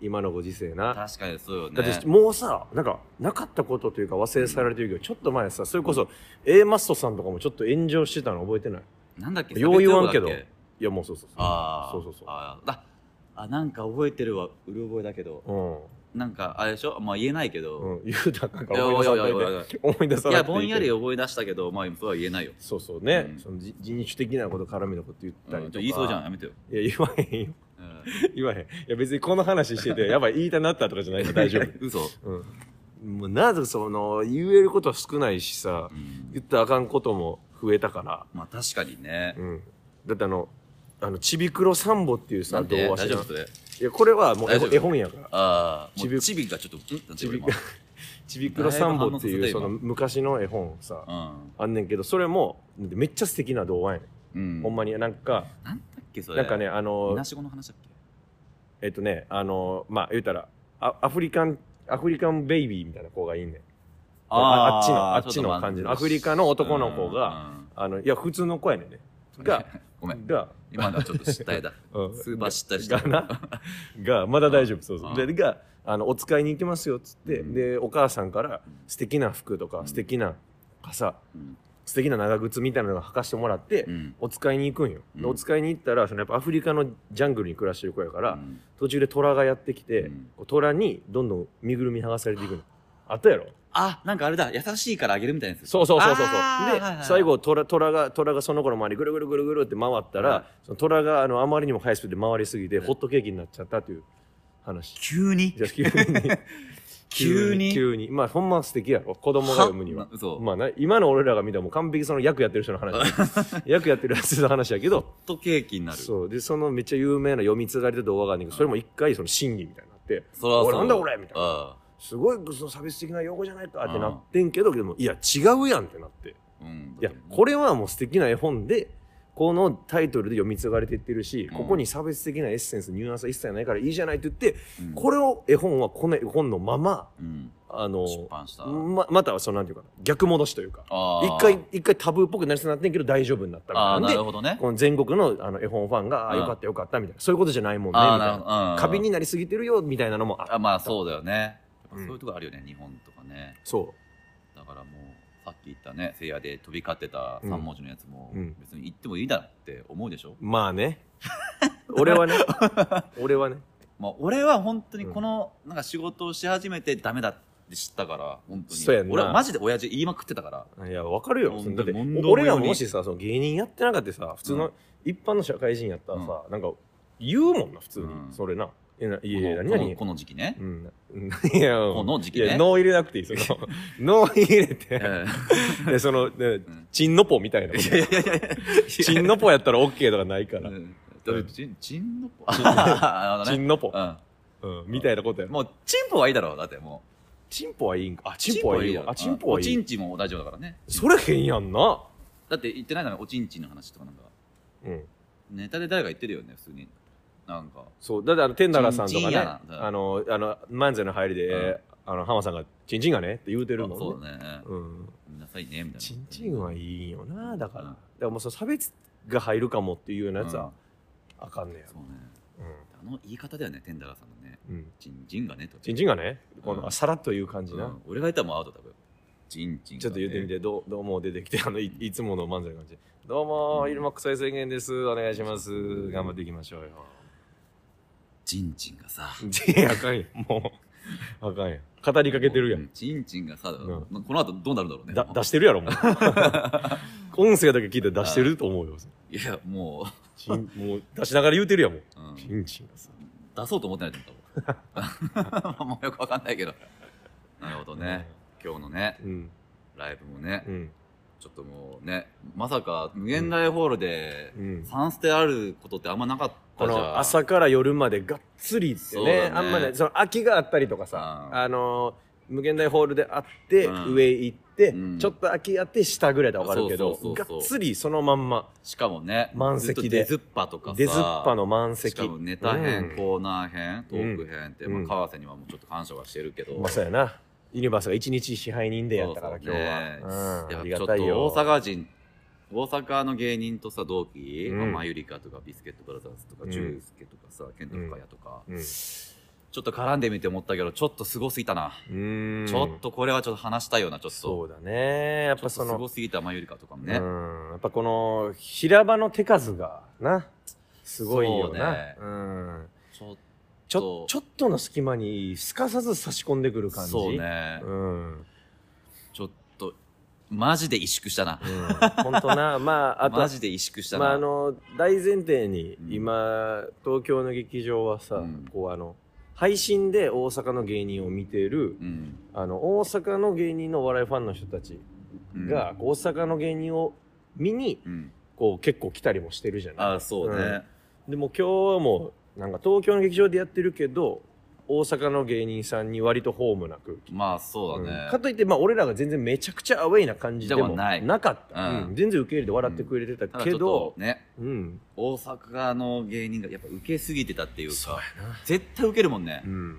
Speaker 2: 今のご時世な
Speaker 3: 確かにそうよね。
Speaker 2: だってもうさなんかなかったことというか忘れ去られてるけどちょっと前さそれこそ A マストさんとかもちょっと炎上してたの覚えてない
Speaker 3: なんだっけ
Speaker 2: よう言わんけ
Speaker 3: 差別用
Speaker 2: ど
Speaker 3: 語だっ
Speaker 2: いやもうそうそうそう
Speaker 3: ああ。
Speaker 2: そうそうそう
Speaker 3: あーああ、なんか覚えてるわ。うる覚えだけど。
Speaker 2: う
Speaker 3: なんか、あれでしょまあ言えないけど。
Speaker 2: ん、うん、言うたか
Speaker 3: いやい
Speaker 2: 思い出さ
Speaker 3: やいやいやい
Speaker 2: な
Speaker 3: や
Speaker 2: いで 思い出さ
Speaker 3: い
Speaker 2: な
Speaker 3: や、
Speaker 2: くてい
Speaker 3: ぼん
Speaker 2: い
Speaker 3: や
Speaker 2: け
Speaker 3: り
Speaker 2: ど
Speaker 3: 思い出したけど、まあ、それは言えないよ。
Speaker 2: そうそうね、
Speaker 3: うん
Speaker 2: そのじ人種的なこと絡みのこと言った
Speaker 3: う
Speaker 2: り
Speaker 3: ん
Speaker 2: とか、
Speaker 3: じゃあ言いそうじゃん、やめてよ。
Speaker 2: いや言わへんよ
Speaker 3: うん
Speaker 2: 言わへんいや別にこの話 しててやばい言いたなったとかじゃないから大丈
Speaker 3: 嘘
Speaker 2: 夫、うん、もうなぜその言えることは少ないしさ言ったらあかんことも増えたから
Speaker 3: まあ、確かにね。
Speaker 2: うん、だってあのあのちびくろサンボっていう
Speaker 3: な
Speaker 2: さ
Speaker 3: んて、
Speaker 2: 童話
Speaker 3: 大
Speaker 2: 知
Speaker 3: 丈
Speaker 2: らん
Speaker 3: 夫それ。
Speaker 2: いやこれはもう絵本
Speaker 3: 大丈夫
Speaker 2: 絵本やから
Speaker 3: ああ、
Speaker 2: ち
Speaker 3: も
Speaker 2: び
Speaker 3: うちびがちょっと、んなんて
Speaker 2: ち
Speaker 3: 俺
Speaker 2: び
Speaker 3: 今。
Speaker 2: ちびくろサンボってい
Speaker 3: だ
Speaker 2: う
Speaker 3: いぶ
Speaker 2: そ
Speaker 3: 反応させた
Speaker 2: の
Speaker 3: 今
Speaker 2: 昔の絵本さ、
Speaker 3: うん。
Speaker 2: あんねんけどそれもめっちゃ素敵な童話やねん、
Speaker 3: うん。
Speaker 2: ほんまになんか
Speaker 3: なんだっけ、それ。
Speaker 2: なんかね、あ
Speaker 3: み
Speaker 2: の
Speaker 3: なしごの話だっけ
Speaker 2: えっとねあのまあ言うたらあアフリカンアフリカンベイビーみたいな子がいんねんああっちのあっちの感じのアフリカの男の子が、
Speaker 3: が、
Speaker 2: あのいや普通の子やねんねが
Speaker 3: ごめん、
Speaker 2: が
Speaker 3: 今のはちょっと失態だ。
Speaker 2: うん
Speaker 3: スーパー失態した。
Speaker 2: がながまだ大丈夫そうそううんでがあのお使いに行きますよっつって、
Speaker 3: うん
Speaker 2: でお母さんから
Speaker 3: うん
Speaker 2: 素敵な服とか、
Speaker 3: うん
Speaker 2: 素敵な傘
Speaker 3: うん
Speaker 2: 素敵な長靴みたいなのが履かしてもらって、
Speaker 3: うん。
Speaker 2: お使いに行くんよ、で
Speaker 3: うん
Speaker 2: お使いに行ったらそのやっぱアフリカのジャングルに暮らしてる子やから、
Speaker 3: うん
Speaker 2: 途中で虎がやってきて、
Speaker 3: うん
Speaker 2: こう虎にどんどん身ぐるみ剥がされていくのあったやろ
Speaker 3: あ、なんかあれだ、優しいからあげるみたいなやつ。
Speaker 2: そうそうそうそうそう
Speaker 3: あー
Speaker 2: で、
Speaker 3: はいはいはい
Speaker 2: 最後虎虎が虎がその子の周りぐるぐるぐるぐるって回ったら、
Speaker 3: はい
Speaker 2: その虎があのあまりにも速すぎて回りすぎて、
Speaker 3: はい
Speaker 2: ホットケーキになっちゃったという話
Speaker 3: 急に
Speaker 2: じゃあ急に
Speaker 3: 急に
Speaker 2: 急にまあほんま素敵やろ子供が読むには
Speaker 3: はなそう
Speaker 2: まあな今の俺らが見たらもう完璧その役やってる人の話 役やってるやつの話やけど
Speaker 3: ホットケーキになる。
Speaker 2: そうでそのめっちゃ有名な読み継がれた動画があるんだけどそれも一回その審議みたいになって
Speaker 3: そら
Speaker 2: お
Speaker 3: そ。
Speaker 2: いうなんだ俺みたいな
Speaker 3: あ
Speaker 2: すごいその差別的な用語じゃないかって
Speaker 3: うん
Speaker 2: なってんけどでもいや違うやんってなってい
Speaker 3: あ。うん。
Speaker 2: やこれはもう素敵な絵本でこのタイトルで読み継がれていってるし、
Speaker 3: うん
Speaker 2: ここに差別的なエッセンスニュアンスは一切ないからいいじゃないって言って、
Speaker 3: うん
Speaker 2: これを絵本はこの絵本のまま
Speaker 3: うん。
Speaker 2: あの
Speaker 3: 出版した。
Speaker 2: ままたはそのなんていうか逆戻しというか
Speaker 3: あー
Speaker 2: 一回一回タブーっぽくなりそうになってんけど大丈夫になったみ
Speaker 3: ああ、
Speaker 2: た
Speaker 3: ないる
Speaker 2: なんで
Speaker 3: ほどね。
Speaker 2: この全国のあの絵本ファンが「あ
Speaker 3: うん
Speaker 2: よかったよかった」みたいなそういうことじゃないもんねみ
Speaker 3: あ
Speaker 2: た
Speaker 3: あ、
Speaker 2: い
Speaker 3: なるほ
Speaker 2: な
Speaker 3: ど。うん
Speaker 2: 過敏になりすぎてるよみたいなのもあ
Speaker 3: あ、まあそうだよね。
Speaker 2: う
Speaker 3: そうんいうとこあるよね、日本とかね。
Speaker 2: そ
Speaker 3: だからもう、さっき言ったね、聖夜で飛び交ってた
Speaker 2: うん
Speaker 3: 三文字のやつも
Speaker 2: うん、
Speaker 3: 別に言ってもいいだろって思うでしょ
Speaker 2: うまあね 俺はね俺はね
Speaker 3: まあ俺は本当にこの、なんか仕事をし始めてダメだって知ったから、本当に。
Speaker 2: そうやんな
Speaker 3: 俺はマジで親父言いまくってたから。
Speaker 2: いやわかるよ
Speaker 3: ほん
Speaker 2: そ
Speaker 3: と
Speaker 2: のだって
Speaker 3: 問答無用に
Speaker 2: 俺らももしさその芸人やってなかったさ普通
Speaker 3: う
Speaker 2: の一般の社会人やったらさなんか言うもんな普通に
Speaker 3: うん
Speaker 2: それな「えないやいや
Speaker 3: こ
Speaker 2: 何
Speaker 3: のこ
Speaker 2: 々
Speaker 3: のこの時期ね
Speaker 2: う。ん、いや、
Speaker 3: この時期ね
Speaker 2: いや、脳入れなくていい。そ の、脳入れ
Speaker 3: え
Speaker 2: て、
Speaker 3: え
Speaker 2: でその、ね
Speaker 3: ん、
Speaker 2: チンノポみたいなこと。
Speaker 3: いやいやいやいや。
Speaker 2: チンノポやったら OK とかないか
Speaker 3: う
Speaker 2: ら。
Speaker 3: んだってチン、チンのポあなるほ
Speaker 2: チ
Speaker 3: どね
Speaker 2: ンノポ
Speaker 3: う。ん
Speaker 2: うん、みたいなことや。
Speaker 3: もう、チンポはいいだろう、だっても
Speaker 2: チンポはいいんか。あ、
Speaker 3: う。
Speaker 2: チンポはいい
Speaker 3: だ
Speaker 2: よ
Speaker 3: ろ。う
Speaker 2: あ、チンポは
Speaker 3: お
Speaker 2: い
Speaker 3: ち
Speaker 2: い。
Speaker 3: んちも大丈夫だからね。
Speaker 2: それ変やんな。
Speaker 3: だって言ってないだろ、おちんちんの話とかなんか。
Speaker 2: うん。
Speaker 3: ネタで誰か言ってるよね、普通に。なんか。
Speaker 2: そう。だって、あの、天奈良さんと
Speaker 3: チンチ
Speaker 2: か
Speaker 3: ン
Speaker 2: ね
Speaker 3: や、な
Speaker 2: あの、あの、漫才の入りで、あの、浜さんが、チンチンがねって言うてるもんね。
Speaker 3: そうだね。
Speaker 2: うん。
Speaker 3: ごめんなさいね、みたいな。
Speaker 2: チンチンはいいよな、だから。
Speaker 3: うん
Speaker 2: だからもう、その差別が入るかもっていうようなやつ
Speaker 3: うん
Speaker 2: は、あかんねや
Speaker 3: そう。ね。
Speaker 2: うん
Speaker 3: あの言い方だよね、テンダラーさんのね。
Speaker 2: うん。
Speaker 3: チンチンがね、と。
Speaker 2: チンチンがね、こ
Speaker 3: う
Speaker 2: の
Speaker 3: ん
Speaker 2: さらっという感じ
Speaker 3: う
Speaker 2: な。
Speaker 3: ん俺が言ったらもうアウトだ、多分。チンチンがね。
Speaker 2: ちょっと言ってみて、どうどうも出てきて、あのいいつもの漫才の感じ。どうも、イルマック再宣言です。お願いします。頑張っていきましょうよ。
Speaker 3: チンチンがさ、
Speaker 2: いや、あかんよ。もう、あかんやん。語りかけてるや。
Speaker 3: うんチンチンがさ、
Speaker 2: ん
Speaker 3: まあこの後どうなるんだろうね。
Speaker 2: だ出してるや ろ、もう。音声だけ聞いて出してると思うよ。
Speaker 3: いや、も
Speaker 2: チンもう出しながら言うてるやん、もう。
Speaker 3: う、うん
Speaker 2: チンチンがさ。
Speaker 3: 出そうと思ってないと思ったも ん。もうよくわかんないけど。なるほどね。今日のね、
Speaker 2: うん。
Speaker 3: ライブもね
Speaker 2: う、ん。
Speaker 3: ちょっともうね、まさか無限大ホールで
Speaker 2: うん。
Speaker 3: サンステあることってあんまなかった
Speaker 2: こ
Speaker 3: じゃん。
Speaker 2: の朝から夜までがっつりって
Speaker 3: そ
Speaker 2: ね
Speaker 3: うだね
Speaker 2: あんまねその空きがあったりとかさ、
Speaker 3: うん
Speaker 2: あの無限大ホールであって、
Speaker 3: うん
Speaker 2: 上行って、
Speaker 3: うん
Speaker 2: ちょっと空きあって下ぐらいでわかるけど
Speaker 3: そうそうそうそう
Speaker 2: がっつりそのまんま
Speaker 3: しかもね、
Speaker 2: 満席で
Speaker 3: ずっと出ずっぱとかさ。
Speaker 2: 出ずっぱの満席
Speaker 3: しかもネタ編、
Speaker 2: うん
Speaker 3: コーナー編、トーク編って、
Speaker 2: うん
Speaker 3: まあ、川瀬にはもうちょっと感謝はしてるけど。
Speaker 2: まあそうやなユニバースが一日支配人でやったから
Speaker 3: そう
Speaker 2: 今
Speaker 3: そ
Speaker 2: 日
Speaker 3: うね
Speaker 2: は、うん、あり
Speaker 3: い
Speaker 2: が
Speaker 3: やちょった
Speaker 2: い
Speaker 3: と
Speaker 2: よ
Speaker 3: 大阪人、大阪の芸人とさ、同期、
Speaker 2: うん
Speaker 3: まあマユリカとかビスケットブラザーズとか、
Speaker 2: うん
Speaker 3: ジュースケとかさ、ケント深谷とか、
Speaker 2: うんう
Speaker 3: ちょっと絡んでみて思ったけど、ちょっとすごすぎたな。
Speaker 2: ーん
Speaker 3: ちょっとこれはちょっと話したいよな、ちょっと。
Speaker 2: そうだねやっぱそ
Speaker 3: ちょっとす
Speaker 2: の
Speaker 3: ごすぎたマユリカとかも
Speaker 2: う
Speaker 3: ね。
Speaker 2: んやっぱこの平場の手数がなすごいよな
Speaker 3: そうね
Speaker 2: うん
Speaker 3: ちょっ
Speaker 2: ちょ
Speaker 3: そう
Speaker 2: ちょっとの隙間にすかさず差し込んでくる
Speaker 3: と、
Speaker 2: 感じ
Speaker 3: そうね、
Speaker 2: うん、うん、
Speaker 3: ちょっと、マジで萎縮したな。
Speaker 2: 本当 なまああと
Speaker 3: マジで萎縮したな。
Speaker 2: まあ、あの大前提に
Speaker 3: うん
Speaker 2: 今、東京の劇場はさ、
Speaker 3: うん
Speaker 2: こうあの配信で大阪の芸人を見てる
Speaker 3: うん、
Speaker 2: あの大阪の芸人のお笑いファンの人たち
Speaker 3: うん
Speaker 2: が、こう大阪の芸人を見に
Speaker 3: うん、
Speaker 2: こう結構来たりもしてるじゃない
Speaker 3: ああ、そうね。
Speaker 2: でも今日はもうなんか東京の劇場でやってるけど大阪の芸人さんに割とホームな空気
Speaker 3: まあ、そうだね。
Speaker 2: うんかといってまあ俺らが全然めちゃくちゃアウェイな感じで
Speaker 3: で
Speaker 2: も
Speaker 3: もない
Speaker 2: なかった、
Speaker 3: うん
Speaker 2: うん全然受け入れて笑ってくれて
Speaker 3: た
Speaker 2: た
Speaker 3: だ
Speaker 2: け
Speaker 3: ちょっ
Speaker 2: ど
Speaker 3: とね、
Speaker 2: うん
Speaker 3: 大阪の芸人がやっぱ受けすぎてたっていうか、
Speaker 2: やな
Speaker 3: 絶対受けるもんね
Speaker 2: う。ん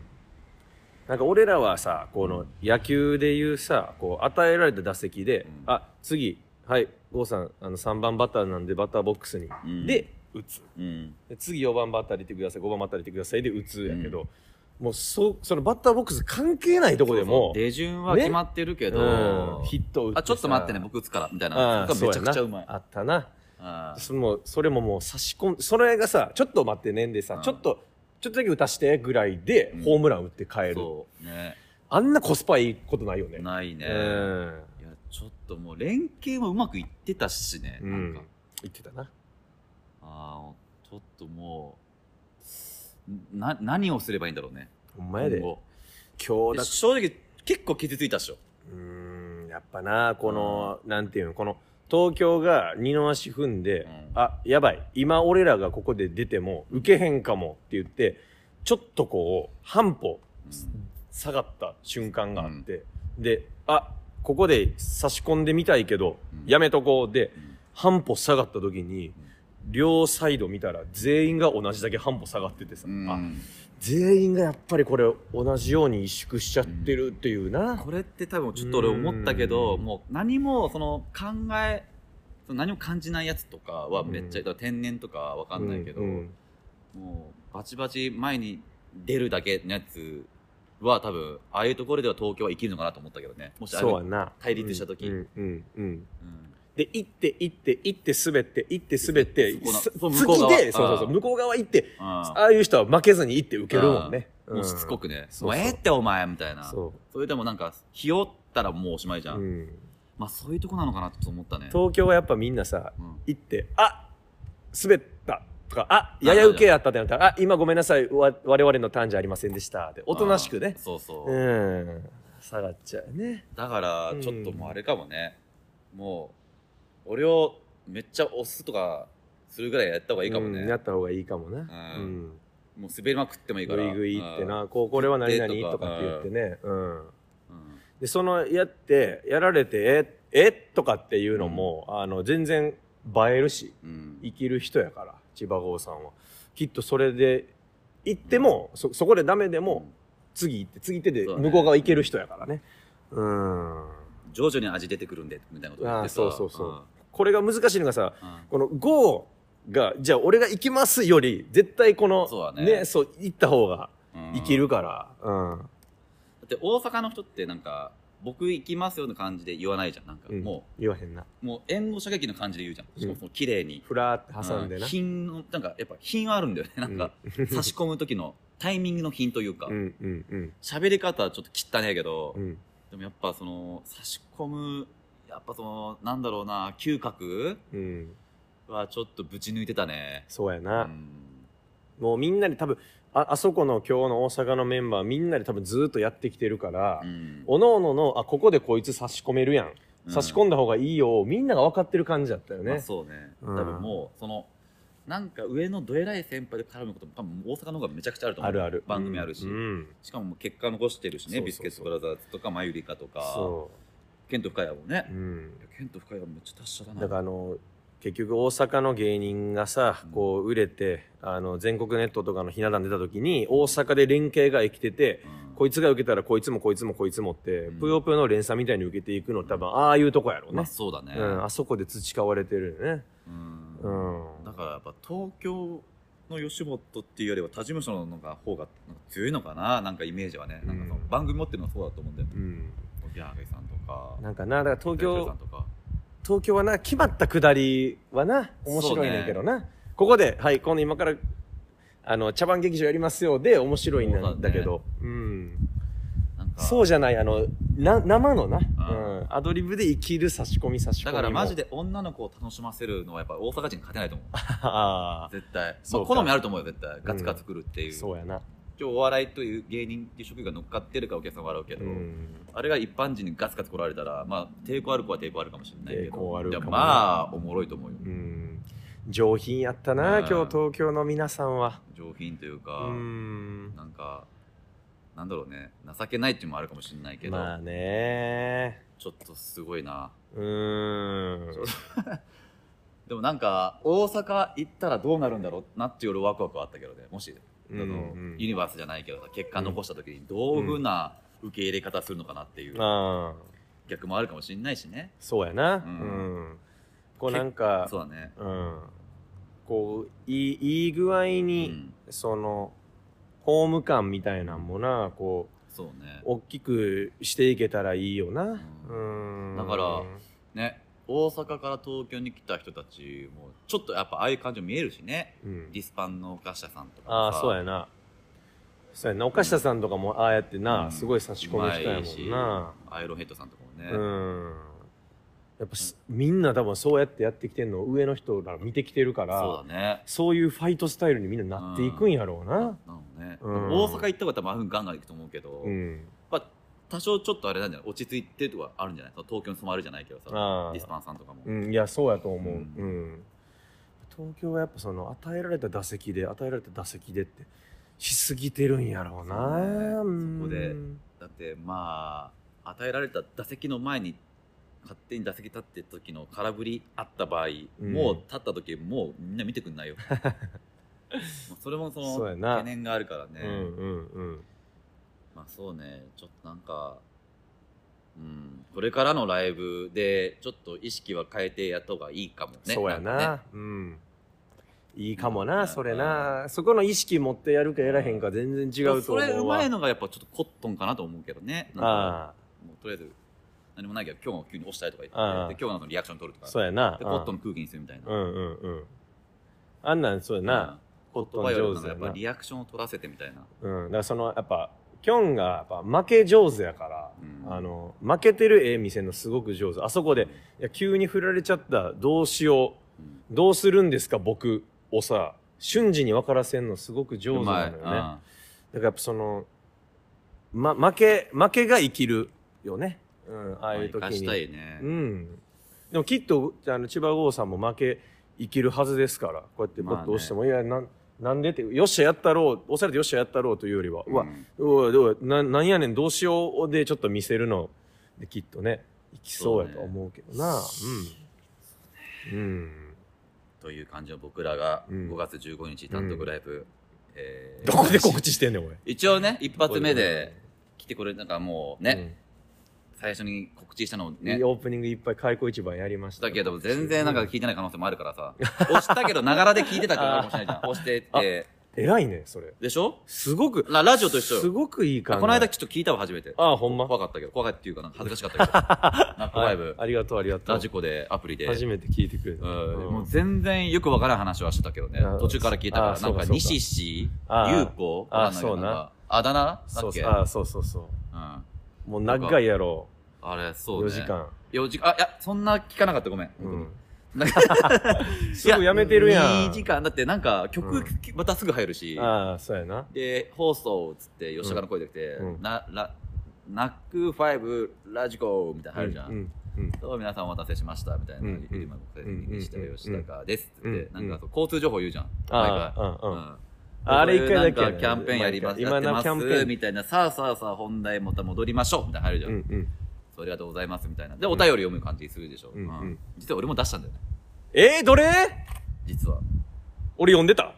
Speaker 2: なんか俺らはさこの野球でいうさこう与えられた打席で、
Speaker 3: うん
Speaker 2: あ次はい郷さんあの3番バッターなんでバッターボックスに、
Speaker 3: うん
Speaker 2: で打つ
Speaker 3: うん。
Speaker 2: で次4番バッターでいてください5番バッターでいてくださいで打つやけど、もうそそのバッターボックス関係ないとこでも
Speaker 3: 手順は決まってるけど、
Speaker 2: うんヒットを打って
Speaker 3: あ、ちょっと待ってね、僕打つから、みたいな。
Speaker 2: ああ
Speaker 3: そこがめちゃくちゃ
Speaker 2: そうやな
Speaker 3: まい。
Speaker 2: あったな
Speaker 3: ああ
Speaker 2: そのそれももう差し込んそれがさちょっと待ってねんでさ、
Speaker 3: うん
Speaker 2: ちょっとちょっとだけ打たしてぐらいで
Speaker 3: うん
Speaker 2: ホームラン打って帰る、
Speaker 3: そう。ね。
Speaker 2: あんなコスパいいことないよね
Speaker 3: ないね。
Speaker 2: う
Speaker 3: い
Speaker 2: ん
Speaker 3: や、ちょっともう連携もうまくいってたしね、
Speaker 2: う
Speaker 3: なん
Speaker 2: ん
Speaker 3: か。
Speaker 2: 言ってたな
Speaker 3: ああ、ちょっともう、な、何をすればいいんだろうね。
Speaker 2: お前で
Speaker 3: 今後
Speaker 2: 今日だ
Speaker 3: 正直、結構傷ついたっしょ。
Speaker 2: うーんやっぱなこの、なんていうのこの東京が二の足踏んで、
Speaker 3: うん
Speaker 2: あやばい今俺らがここで出ても受けへんかもって言ってちょっとこう半歩下がった瞬間があって、であここで差し込んでみたいけど、
Speaker 3: うん
Speaker 2: やめとこうで
Speaker 3: うん
Speaker 2: 半歩下がった時に両サイド見たら全員が同じだけ半歩下がっててさ、
Speaker 3: うん
Speaker 2: あ全員がやっぱりこれ同じように萎縮しちゃってるっていうな、
Speaker 3: これって多分ちょっと俺思ったけど、
Speaker 2: うん
Speaker 3: もう何もその考えその何も感じないやつとかはめっちゃ、
Speaker 2: うん
Speaker 3: だから天然とかわかんないけど、
Speaker 2: うんうん
Speaker 3: もうバチバチ前に出るだけのやつは多分ああいうところでは東京は生きるのかなと思ったけどねもしああいう
Speaker 2: そうやな
Speaker 3: 対立した時
Speaker 2: うんうんうん
Speaker 3: うん
Speaker 2: で行って行って行って滑って行って滑って
Speaker 3: そこな
Speaker 2: す
Speaker 3: そう向こう側
Speaker 2: 次でそうそうそう
Speaker 3: あー
Speaker 2: 向こう側行って
Speaker 3: あ
Speaker 2: ああいう人は負けずに行って受けるもんね
Speaker 3: あもうしつこくね、
Speaker 2: そうそう
Speaker 3: もうええってお前みたいなそ
Speaker 2: そ
Speaker 3: れでもなんかひよったらもうおしまいじ
Speaker 2: う、
Speaker 3: ゃん、
Speaker 2: うん、
Speaker 3: まあそういうとこなのかなと思ったね、
Speaker 2: 東京はやっぱみんなさ
Speaker 3: うん
Speaker 2: 行ってあ滑ったとかあやや受けやったってなったらあ今ごめんなさいわ我々のターンじゃありませんでしたっておとなしくね
Speaker 3: あそうそう、
Speaker 2: うん下がっちゃうね
Speaker 3: だからちょっともうあれかもね、もう俺をめっちゃ押すとかするぐらいやった方がいいかもね、
Speaker 2: うんやった方がいいかもね
Speaker 3: うんもう滑りまくってもいいか
Speaker 2: グ
Speaker 3: ら
Speaker 2: イグイって
Speaker 3: うん
Speaker 2: なこうこれは何々
Speaker 3: でとか
Speaker 2: とかって言ってねうん
Speaker 3: うん
Speaker 2: でそのやってやられてええとかっていうのも、あの全然映えるし
Speaker 3: うん
Speaker 2: 生きる人やから千葉郷さんはきっとそれで行っても、そそこでダメでも、次行って次行ってで
Speaker 3: そうね
Speaker 2: 向こう側行ける人やからねうん
Speaker 3: 徐々に味出てくるんでみたいなこと言ってさ
Speaker 2: あーそうそうそうこれが難しいのがさ
Speaker 3: うんうん
Speaker 2: この「GO」がじゃあ俺が行きますより絶対この
Speaker 3: そうだね
Speaker 2: そう行った方が
Speaker 3: うん
Speaker 2: 生きるからうん
Speaker 3: だって大阪の人ってなんか僕行きますよの感じで言わないじゃんなんか、
Speaker 2: うん
Speaker 3: も
Speaker 2: 言わへんな
Speaker 3: うもう援護射撃の感じで言うじゃんしかもその綺麗に、
Speaker 2: ふらーって挟んで
Speaker 3: う
Speaker 2: な、
Speaker 3: 品のなんかやっぱ品はあるんだよねなんか差し込む時のタイミングの品というか
Speaker 2: うんうんうん
Speaker 3: 喋、り方はちょっと切ったねやけど、
Speaker 2: うん
Speaker 3: でもやっぱその差し込むやっぱそのなんだろうな嗅覚
Speaker 2: うん
Speaker 3: はちょっとぶち抜いてたね
Speaker 2: そうや
Speaker 3: う
Speaker 2: な、
Speaker 3: ん
Speaker 2: もうみんなで多分ああそこの今日の大阪のメンバーみんなで多分ずーっとやってきてるから、
Speaker 3: うん
Speaker 2: おのおののあここでこいつ差し込めるやん、差し込んだ方がいいよみんなが分かってる感じだったよ
Speaker 3: まあ
Speaker 2: ね、
Speaker 3: そうね、
Speaker 2: うん
Speaker 3: 多分もうそのなんか上のどえらい先輩で絡むことも多分大阪の方がめちゃくちゃあると思
Speaker 2: あ
Speaker 3: う
Speaker 2: るある
Speaker 3: 番組あるし、
Speaker 2: うんうん
Speaker 3: しかももう結果残してるし
Speaker 2: そうそ
Speaker 3: ね
Speaker 2: うそう
Speaker 3: ビスケットブラザーズとかマユリカとか
Speaker 2: そ
Speaker 3: ケント深谷もね
Speaker 2: う、う、ん、
Speaker 3: いやケント深谷もめっちゃ達者だな
Speaker 2: だからあの結局大阪の芸人がさ
Speaker 3: うん
Speaker 2: こう売れてあの全国ネットとかのひな壇出た時に大阪で連携が生きてて
Speaker 3: うん
Speaker 2: こいつが受けたらこいつもこいつもこいつもって
Speaker 3: うん
Speaker 2: ぷよぷよの連鎖みたいに受けていくの多分ああいうとこやろう
Speaker 3: まあ
Speaker 2: ね、
Speaker 3: そうだね、
Speaker 2: うん、あそこで培われてるよね
Speaker 3: うん
Speaker 2: うん
Speaker 3: だからやっぱ東京の吉本っていうよりは他事務所のなんか方がなんか強いのかななんかイメージはね、なんかその
Speaker 2: うん
Speaker 3: 番組持ってるのはそうだと思うんだよね
Speaker 2: うん
Speaker 3: 沖縄さんとか
Speaker 2: なんかなだから東
Speaker 3: 大倉さ
Speaker 2: 京
Speaker 3: んとか
Speaker 2: 東京はな決まったくだりはな面白いねんけどな、ここではいこの今からあの茶番劇場やりますよで面白いんだけどうん
Speaker 3: なんか
Speaker 2: そうじゃない、あの、な生のな、
Speaker 3: あ
Speaker 2: うん、アドリブで生きる差し込み差し込み
Speaker 3: だからマジで女の子を楽しませるのはやっぱ大阪人勝てないと思う。
Speaker 2: ああ
Speaker 3: 絶対。
Speaker 2: そ
Speaker 3: ま
Speaker 2: う
Speaker 3: あ、
Speaker 2: か
Speaker 3: 好みあると思うよ、絶対。ガツガツくるっていう。
Speaker 2: そうやな、
Speaker 3: 今日お笑いという芸人っていう職業が乗っかってるからお客さん笑うけ
Speaker 2: う
Speaker 3: ど、
Speaker 2: ん、
Speaker 3: あれが一般人にガツガツ来られたら、まあ、抵抗ある子は抵抗あるかもしれないけ
Speaker 2: 抵抗あ
Speaker 3: ど、
Speaker 2: る
Speaker 3: で
Speaker 2: かも
Speaker 3: もまあ、おもろいと思うよ。
Speaker 2: うん、上品やったな、
Speaker 3: うん
Speaker 2: 今日東京の皆さんは
Speaker 3: 上品という
Speaker 2: う
Speaker 3: か、
Speaker 2: ん
Speaker 3: なんか、なんだろうね、情けないっていうのもあるかもしれないけど、
Speaker 2: まあね
Speaker 3: ちょっとすごいな。
Speaker 2: うん
Speaker 3: でもなんか、大阪行ったらどうなるんだろうなっていう俺ワクワクはあったけどね、もし。あの
Speaker 2: うん
Speaker 3: ユニバースじゃないけどさ結果残した時にどういうふうな受け入れ方するのかなっていう
Speaker 2: ああ
Speaker 3: 逆もあるかもしれないしね
Speaker 2: そうやなう
Speaker 3: うん
Speaker 2: ん、こうなんか
Speaker 3: そうだね
Speaker 2: うんこういいいい具合
Speaker 3: う
Speaker 2: に、
Speaker 3: ん
Speaker 2: そのホーム感みたいなんもなこう
Speaker 3: そうね
Speaker 2: 大きくしていけたらいいよな。
Speaker 3: う
Speaker 2: うん。
Speaker 3: だからね大阪から東京に来た人たちもちょっとやっぱああいう感じも見えるしね
Speaker 2: うん
Speaker 3: ディスパンのガシャさんとか
Speaker 2: ああ、
Speaker 3: さ
Speaker 2: そうやな。そうやな。岡下さんとかもああやってな、
Speaker 3: うん
Speaker 2: すごい差し込む人や
Speaker 3: うまいし
Speaker 2: も
Speaker 3: アイロンヘッドさんとかもね
Speaker 2: んな。うん。やっぱすみんな多分そうやってやってきてんのを上の人ら見てきてるから
Speaker 3: そうだね
Speaker 2: そういうファイトスタイルにみんななっていくんやろう
Speaker 3: な
Speaker 2: な
Speaker 3: なのね
Speaker 2: うん
Speaker 3: 大阪行った方が多分ああいうふうにガンガン行くと思うけど
Speaker 2: うん
Speaker 3: まあ多少ちょっとあれなんじゃない落ち着いてるとかあるんじゃないその東京に染まるじゃないけどさ
Speaker 2: あ
Speaker 3: ディス
Speaker 2: あ
Speaker 3: パンさんとかも
Speaker 2: うんいやそうやと思うう
Speaker 3: うんん、
Speaker 2: 東京はやっぱその与えられた打席で与えられた打席でってしすぎてるんやろうな
Speaker 3: そううね
Speaker 2: ん
Speaker 3: そこでだってまあ与えられた打席の前に勝手に打席立ってた時の空振りあった場合、
Speaker 2: うん
Speaker 3: もう立った時もうみんな見てくんないよ もうそれもその
Speaker 2: そうやな
Speaker 3: 懸念があるからね、
Speaker 2: うんうんうん
Speaker 3: まあそうねちょっとなんかうんこれからのライブでちょっと意識は変えてやった方がいいかもね
Speaker 2: そうやな
Speaker 3: なんかね
Speaker 2: うんいいかもな、
Speaker 3: うん
Speaker 2: それな、そこの意識持ってやるかやらへんか全然違うと
Speaker 3: そ
Speaker 2: 思うわ
Speaker 3: れうまいのがやっぱちょっとコットンかなと思うけどねなんか
Speaker 2: あ
Speaker 3: もうとりあえず何もないけど今日も急に押したりとか言
Speaker 2: あ
Speaker 3: ってで今日のそのリアクション取ると
Speaker 2: あ
Speaker 3: か
Speaker 2: そうやな
Speaker 3: でコットンの空気にするみたいな、
Speaker 2: うんうんうんあんなんそうやな、
Speaker 3: うん、
Speaker 2: コットン
Speaker 3: 言葉より
Speaker 2: 上手
Speaker 3: も
Speaker 2: や
Speaker 3: や
Speaker 2: な
Speaker 3: っぱリアクションを取らせてみたいな、
Speaker 2: うんだからそのやっぱきょんがやっぱ負け上手やから、
Speaker 3: うん
Speaker 2: あの負けてる絵見せるのすごく上手あそこでいや急に振られちゃったどうしよ
Speaker 3: うん
Speaker 2: うどうするんですか僕をさ瞬時に分からせんのすごく上手なのよね、
Speaker 3: う
Speaker 2: だ
Speaker 3: ま
Speaker 2: からやっぱその、ま、負け、負けが生きるよね。うん、ああ
Speaker 3: いうん
Speaker 2: いう時
Speaker 3: まあ生かし
Speaker 2: に。
Speaker 3: たいね、
Speaker 2: うん。でもきっと、あの、千葉郷さんも負け生きるはずですから、こうやってポッと押しても、いや、なん、なんでって、よっしゃやったろう、押されてよっしゃやったろうというよりは、うわ、
Speaker 3: ん
Speaker 2: うわ、うわ、ななんやねん、どうしようでちょっと見せるの、できっとね、いきそうやとは思うけどな。うん。うん。
Speaker 3: という感じの僕らが
Speaker 2: うん
Speaker 3: 5月15日単独ライブ、えー
Speaker 2: どこで告知してんねん、俺。
Speaker 3: 一応ね一発目で来てこれなんかも
Speaker 2: う
Speaker 3: うね、
Speaker 2: ん
Speaker 3: 最初に告知したのを
Speaker 2: い
Speaker 3: ね
Speaker 2: いオープニングいっぱい開口一番やりました
Speaker 3: だけ ど全然なんか聞いてない可能性もあるからさ押したけどながらで聞いてたからかもしれないじゃん押してって
Speaker 2: 偉いね、それ。
Speaker 3: でしょ
Speaker 2: すごく、
Speaker 3: ララジオと一緒よ
Speaker 2: すごくいい感じ。
Speaker 3: この間ちょっと聞いたわ、初めて。
Speaker 2: ああ、ほんま。
Speaker 3: 怖かったけど、怖かったっていうか、なんか恥ずかしかったけど。ナックファイ
Speaker 2: はい
Speaker 3: ブ、
Speaker 2: ありがとう、ありがと
Speaker 3: ラ
Speaker 2: う
Speaker 3: ジ。コで、アプリで。
Speaker 2: 初めて聞いてくれ
Speaker 3: う
Speaker 2: た。
Speaker 3: ん
Speaker 2: うん
Speaker 3: もう全然よくわからん話はしてたけどね
Speaker 2: うん。
Speaker 3: 途中から聞いたか
Speaker 2: あ
Speaker 3: ら、
Speaker 2: そ
Speaker 3: な
Speaker 2: うんか
Speaker 3: か、
Speaker 2: そうか
Speaker 3: 西氏、優
Speaker 2: あ
Speaker 3: 子、
Speaker 2: あ
Speaker 3: わかんないけど
Speaker 2: そうな
Speaker 3: なんかあだ名だ
Speaker 2: そ
Speaker 3: っ
Speaker 2: う
Speaker 3: け
Speaker 2: そうう、
Speaker 3: ん
Speaker 2: あそうそうそ
Speaker 3: あ
Speaker 2: う。もう長いやろ、
Speaker 3: れ、そ
Speaker 2: 4
Speaker 3: うね。
Speaker 2: 時。間。
Speaker 3: 4時間。あ、いや、そんな聞かなかった、ごめん。
Speaker 2: うん。
Speaker 3: なんか
Speaker 2: すぐやめてるやん
Speaker 3: い2時間。だってなんか、
Speaker 2: うん
Speaker 3: 曲、またすぐ入るし。
Speaker 2: ああ、そうやな。
Speaker 3: で、放送っつって、吉高の声で来て、
Speaker 2: うん
Speaker 3: な、ら、ナックファイブラジコみたいなのあるじゃん。
Speaker 2: うん。うん。
Speaker 3: どうも皆さんお待たせしましたみたいな、
Speaker 2: うん
Speaker 3: ゆりま国際的にした吉高ですっ
Speaker 2: うん
Speaker 3: て、
Speaker 2: う
Speaker 3: なんんかそう交通情報言うじゃん、毎回
Speaker 2: あ。あ、うん
Speaker 3: う
Speaker 2: うん。
Speaker 3: ん
Speaker 2: あれ一回だけ
Speaker 3: こうい
Speaker 2: や
Speaker 3: うな
Speaker 2: ね
Speaker 3: んかキャンペーンやります、や
Speaker 2: 今
Speaker 3: って
Speaker 2: な
Speaker 3: ま
Speaker 2: キャンペー
Speaker 3: す、
Speaker 2: ン。
Speaker 3: みたいな、さあさあさあ本題また戻りましょう、みたいな入るじゃ。
Speaker 2: うんん
Speaker 3: そうありがとうございます、みたいな。で、お便り読む感じするでしょ。
Speaker 2: うんうん
Speaker 3: うん実は俺も出したんだよね、
Speaker 2: えー、どれ
Speaker 3: 実は。
Speaker 2: 俺読んでた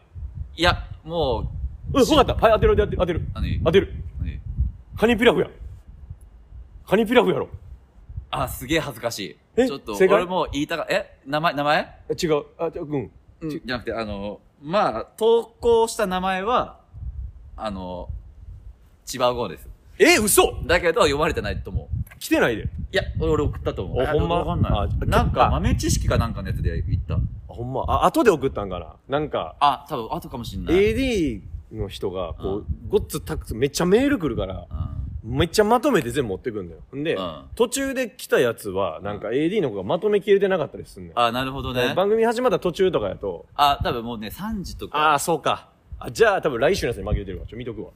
Speaker 3: いや、もう、
Speaker 2: うん、そうだった。はい、当てる当てる当てる。
Speaker 3: 何
Speaker 2: 当てる。
Speaker 3: 何
Speaker 2: カニピラフや。カニピラフやろ。
Speaker 3: あ、すげえ恥ずかし
Speaker 2: え
Speaker 3: い。ちょっと、
Speaker 2: 正解
Speaker 3: 俺も言いたか、え名前、名前
Speaker 2: あ違う。あ、じゃあうん。
Speaker 3: うんじゃなくて、あの、まあ、投稿した名前は、あの、千葉号です。
Speaker 2: えー、嘘
Speaker 3: だけど、読まれてないと思う。
Speaker 2: 来てないで。
Speaker 3: いや、俺俺送ったと思う。
Speaker 2: お
Speaker 3: あ
Speaker 2: ほんま
Speaker 3: わかんない
Speaker 2: あ。
Speaker 3: なん
Speaker 2: あ
Speaker 3: か、豆知識かなんかのやつで言った。
Speaker 2: あほんま。あ、後で送ったんかな。なんか、
Speaker 3: あ、多分、後かもしんない。
Speaker 2: AD の人が、こう、ごっつたくつ、めっちゃメール来るから、
Speaker 3: うん
Speaker 2: めっちゃまとめて全部持ってくんだよ。んで、
Speaker 3: うん
Speaker 2: 途中で来たやつは、なんか AD の子がまとめきれてなかったりすんねん。
Speaker 3: あ、なるほどね。
Speaker 2: 番組始まった途中とかやと、
Speaker 3: あ、多分もうね、3時とか。
Speaker 2: ああ、そうか。あ、じゃあ多分来週のやつに負けてるわ。ちょ、見とくわ。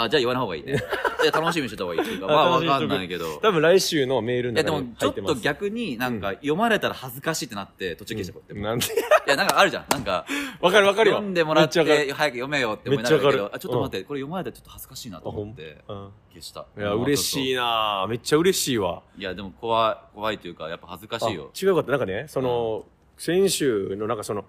Speaker 3: あ、じゃあ言わない方が いいね。じゃあ楽しみにしてた方がいいっていうか、まあ、わかんないけど。
Speaker 2: 多分来週のメール
Speaker 3: い
Speaker 2: の
Speaker 3: や、で
Speaker 2: 中
Speaker 3: も
Speaker 2: に、
Speaker 3: ち
Speaker 2: 入
Speaker 3: ょ
Speaker 2: っ
Speaker 3: って
Speaker 2: ま
Speaker 3: と
Speaker 2: す。
Speaker 3: 逆になんか、読まれたら恥ずかしいってなって、途中消してこうって。い
Speaker 2: なんで
Speaker 3: や、なんかあるじゃん。なんか、
Speaker 2: わかるわかるよ。
Speaker 3: 読んでもらって
Speaker 2: めっちゃわ
Speaker 3: 早く読めよって思い
Speaker 2: めっち
Speaker 3: ながらだけ
Speaker 2: ゃわ
Speaker 3: ど
Speaker 2: かる
Speaker 3: あちょっと待ってこれ読まれたらちょっと恥ずかしいなと思って
Speaker 2: かる
Speaker 3: 消した
Speaker 2: うん。いや、嬉しいなぁ。めっちゃ嬉しいわ。
Speaker 3: いやでも怖い怖いというかやっぱ恥ずかしいよ
Speaker 2: あ違うかった。なんかね、その、先週のなんかその、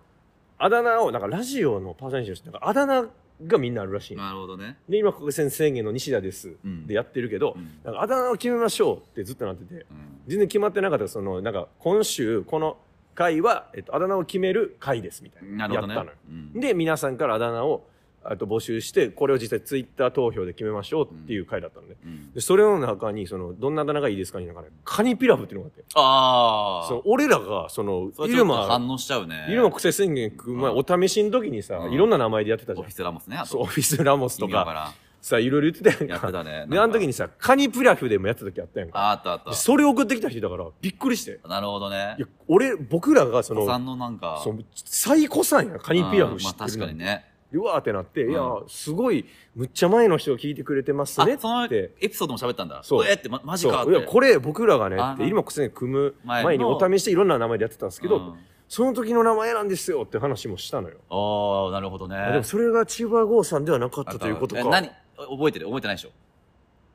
Speaker 2: あだ名を、なんかラジオのパーソナリティの人なんかあだ名がみんなあるらしいの。
Speaker 3: なるほどね
Speaker 2: で、今国選宣言の西田です。
Speaker 3: うん
Speaker 2: でやってるけど、
Speaker 3: うん
Speaker 2: なんかあだ名を決めましょうってずっとなってて。
Speaker 3: うん
Speaker 2: 全然決まってなかったそのなんか今週この回は、えっと、あだ名を決める回ですみたいな
Speaker 3: なるほどね
Speaker 2: やったのよ、
Speaker 3: うん
Speaker 2: で皆さんからあだ名をあと募集してこれを実際ツイッター投票で決めましょうっていう回だったのね、
Speaker 3: うん
Speaker 2: でそれの中にそのどんなあだ名がいいですかになんかねカニピラフっていうのがあって
Speaker 3: ああ
Speaker 2: その俺らがその
Speaker 3: それ
Speaker 2: イ
Speaker 3: ち
Speaker 2: ル
Speaker 3: ょっと
Speaker 2: マ
Speaker 3: 反応しちゃうね
Speaker 2: イルマ癖宣言行く前、お試しの時にさ、
Speaker 3: うん
Speaker 2: いろんな名前でやってたじ
Speaker 3: オ
Speaker 2: ゃん
Speaker 3: フィスラモスねあ
Speaker 2: そう
Speaker 3: と
Speaker 2: オフィスラモス
Speaker 3: 意
Speaker 2: と
Speaker 3: 味わ
Speaker 2: から
Speaker 3: ん
Speaker 2: さいろいろ言ってたや
Speaker 3: や
Speaker 2: ん
Speaker 3: って
Speaker 2: か
Speaker 3: たね
Speaker 2: であの時
Speaker 3: に
Speaker 2: にさカニピラフでもやってた時あったやんか
Speaker 3: ああったあっ
Speaker 2: それ送ってきた人だからびっくりして
Speaker 3: たなるほどね
Speaker 2: いや、俺、僕らがそ
Speaker 3: お子さ
Speaker 2: の、
Speaker 3: んのなんか
Speaker 2: その最古さんやんカニピラフ知ってる
Speaker 3: うんまあ確かに。ね
Speaker 2: うわーってなって、
Speaker 3: うん
Speaker 2: いやー、すごい、むっちゃ前の人が聞いてくれてます
Speaker 3: あ
Speaker 2: ねって。
Speaker 3: そのエピソードも喋ったんだ
Speaker 2: そう
Speaker 3: えーってまマジかっ
Speaker 2: そういや
Speaker 3: て
Speaker 2: これ僕らがね
Speaker 3: あ
Speaker 2: って
Speaker 3: の
Speaker 2: 今こそね組む
Speaker 3: 前の
Speaker 2: 前にお試しでいろんな名前でやってたんですけど、
Speaker 3: うん
Speaker 2: その時の名前なんですよって話もしたのよ、
Speaker 3: ああなるほどね
Speaker 2: あでもそれが千葉郷さんではなかったということ
Speaker 3: え
Speaker 2: か
Speaker 3: 何覚えてる覚えてないでしょ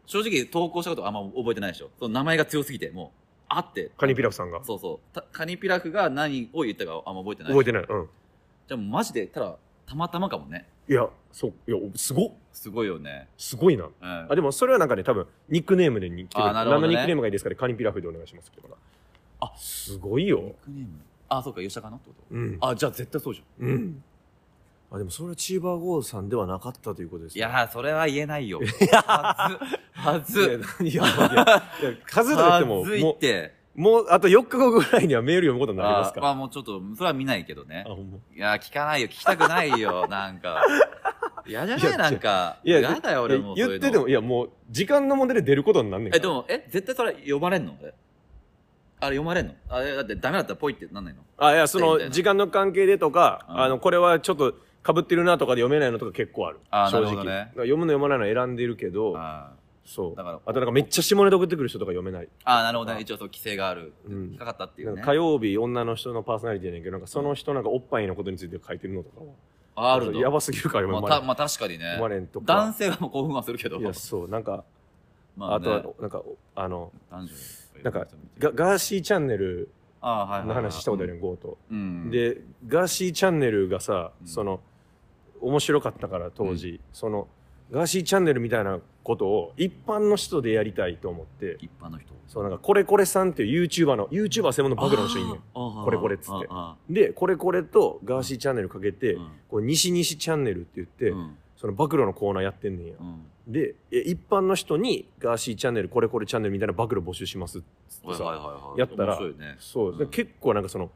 Speaker 3: 正直投稿したことあんま覚えてないでしょその名前が強すぎてもうあって
Speaker 2: カニピラフさんが
Speaker 3: そうそうたカニピラフが何を言ったかあんま覚えてない
Speaker 2: 覚えてないうん
Speaker 3: じゃあもうマジでただたまたまかもね
Speaker 2: いやそういやすごっ
Speaker 3: すごいよね
Speaker 2: すごいな
Speaker 3: うんあ
Speaker 2: あでもそれはなんかね多分ニックネームでに来てくれ
Speaker 3: あ
Speaker 2: て
Speaker 3: な
Speaker 2: 何
Speaker 3: るほ
Speaker 2: の
Speaker 3: どね
Speaker 2: ニックネームがいいですかねカニピラフでお願いしますって言うから
Speaker 3: あ
Speaker 2: すごいよ
Speaker 3: ニックネームあそうか吉高のってこ
Speaker 2: うん
Speaker 3: とあじゃあ絶対そうじゃ
Speaker 2: うん。あ、でもそれはチーバーゴーさんではなかったということです
Speaker 3: んい
Speaker 2: ね。
Speaker 3: やーそれは言えないよはずはい
Speaker 2: や、
Speaker 3: ず
Speaker 2: いや、いやいや数とか言っても、
Speaker 3: はずい
Speaker 2: も
Speaker 3: って
Speaker 2: う、もう、あと4日後ぐらいにはメール読むことになります
Speaker 3: あーま
Speaker 2: か
Speaker 3: あもうちょっとそれは見ないけどね
Speaker 2: ら。あ、ほんま。
Speaker 3: いやー聞かないよ聞きたくない よなんか嫌じゃ
Speaker 2: い
Speaker 3: ない
Speaker 2: や
Speaker 3: なんか
Speaker 2: いや、
Speaker 3: 嫌だよ俺もう
Speaker 2: いや
Speaker 3: そうい
Speaker 2: 言
Speaker 3: う
Speaker 2: ってて
Speaker 3: の
Speaker 2: も、いや、もう、時間の問題で出ることになんねんか
Speaker 3: え
Speaker 2: ら
Speaker 3: でもえ絶対それ読まれんのあれあれ読まれんのあれだってダメだったらポイってなんないの
Speaker 2: あ、いや、そ
Speaker 3: みたい
Speaker 2: の、
Speaker 3: な
Speaker 2: 時間の関係でとか、
Speaker 3: うん
Speaker 2: あの、これはちょっと、被ってるなとかで読めないのとか結構ある。
Speaker 3: あー
Speaker 2: 正
Speaker 3: なる
Speaker 2: 直。
Speaker 3: ほどね
Speaker 2: だから読むの読まないの選んでるけど、
Speaker 3: あ
Speaker 2: そう。
Speaker 3: だから
Speaker 2: あとなんかめっちゃ下ネタ送ってくる人とか読めない。
Speaker 3: あーなるほどね一応そう規制がある、
Speaker 2: うん
Speaker 3: 引っかかったってい
Speaker 2: な
Speaker 3: うん
Speaker 2: か
Speaker 3: ね
Speaker 2: 火曜日女の人のパーソナリティやねんけどなんかその人なんかおっぱいのことについて書いてるのとかは
Speaker 3: あるの
Speaker 2: やばすぎるから今
Speaker 3: まあ、
Speaker 2: ま
Speaker 3: た
Speaker 2: れ
Speaker 3: まあ確かにね
Speaker 2: 生まれんとか
Speaker 3: 男性はもう興奮はするけど
Speaker 2: いやそうなんか
Speaker 3: ま
Speaker 2: あ
Speaker 3: あ、ね、
Speaker 2: とはなんかあの
Speaker 3: 男
Speaker 2: な
Speaker 3: 女
Speaker 2: んかガガーシーチャンネル
Speaker 3: ああはいはいはい、
Speaker 2: の話したことあるよゴート
Speaker 3: うん、
Speaker 2: でガーシーチャンネルがさ
Speaker 3: うん
Speaker 2: その面白かったから当時そのガーシーチャンネルみたいなことを一般の人でやりたいと思って、
Speaker 3: 一般の人
Speaker 2: そう、なんか、これこれさんっていう YouTuber の、YouTuber 専門の暴露の人いんねん。
Speaker 3: こ
Speaker 2: これこれっつって
Speaker 3: あ
Speaker 2: で、これこれとガーシーチャンネルかけ
Speaker 3: ー
Speaker 2: て、
Speaker 3: うん
Speaker 2: こう西西チャンネルって言って、
Speaker 3: うん
Speaker 2: その暴露のコーナーやってんねんや
Speaker 3: う。ん
Speaker 2: で、え一般の人にガーシーチャンネル、これこれチャンネルみたいな暴露募集しますっつって
Speaker 3: はい
Speaker 2: さ、
Speaker 3: はいはいはい
Speaker 2: やったら
Speaker 3: 面白いね
Speaker 2: そう、
Speaker 3: うん
Speaker 2: で結構なんかその、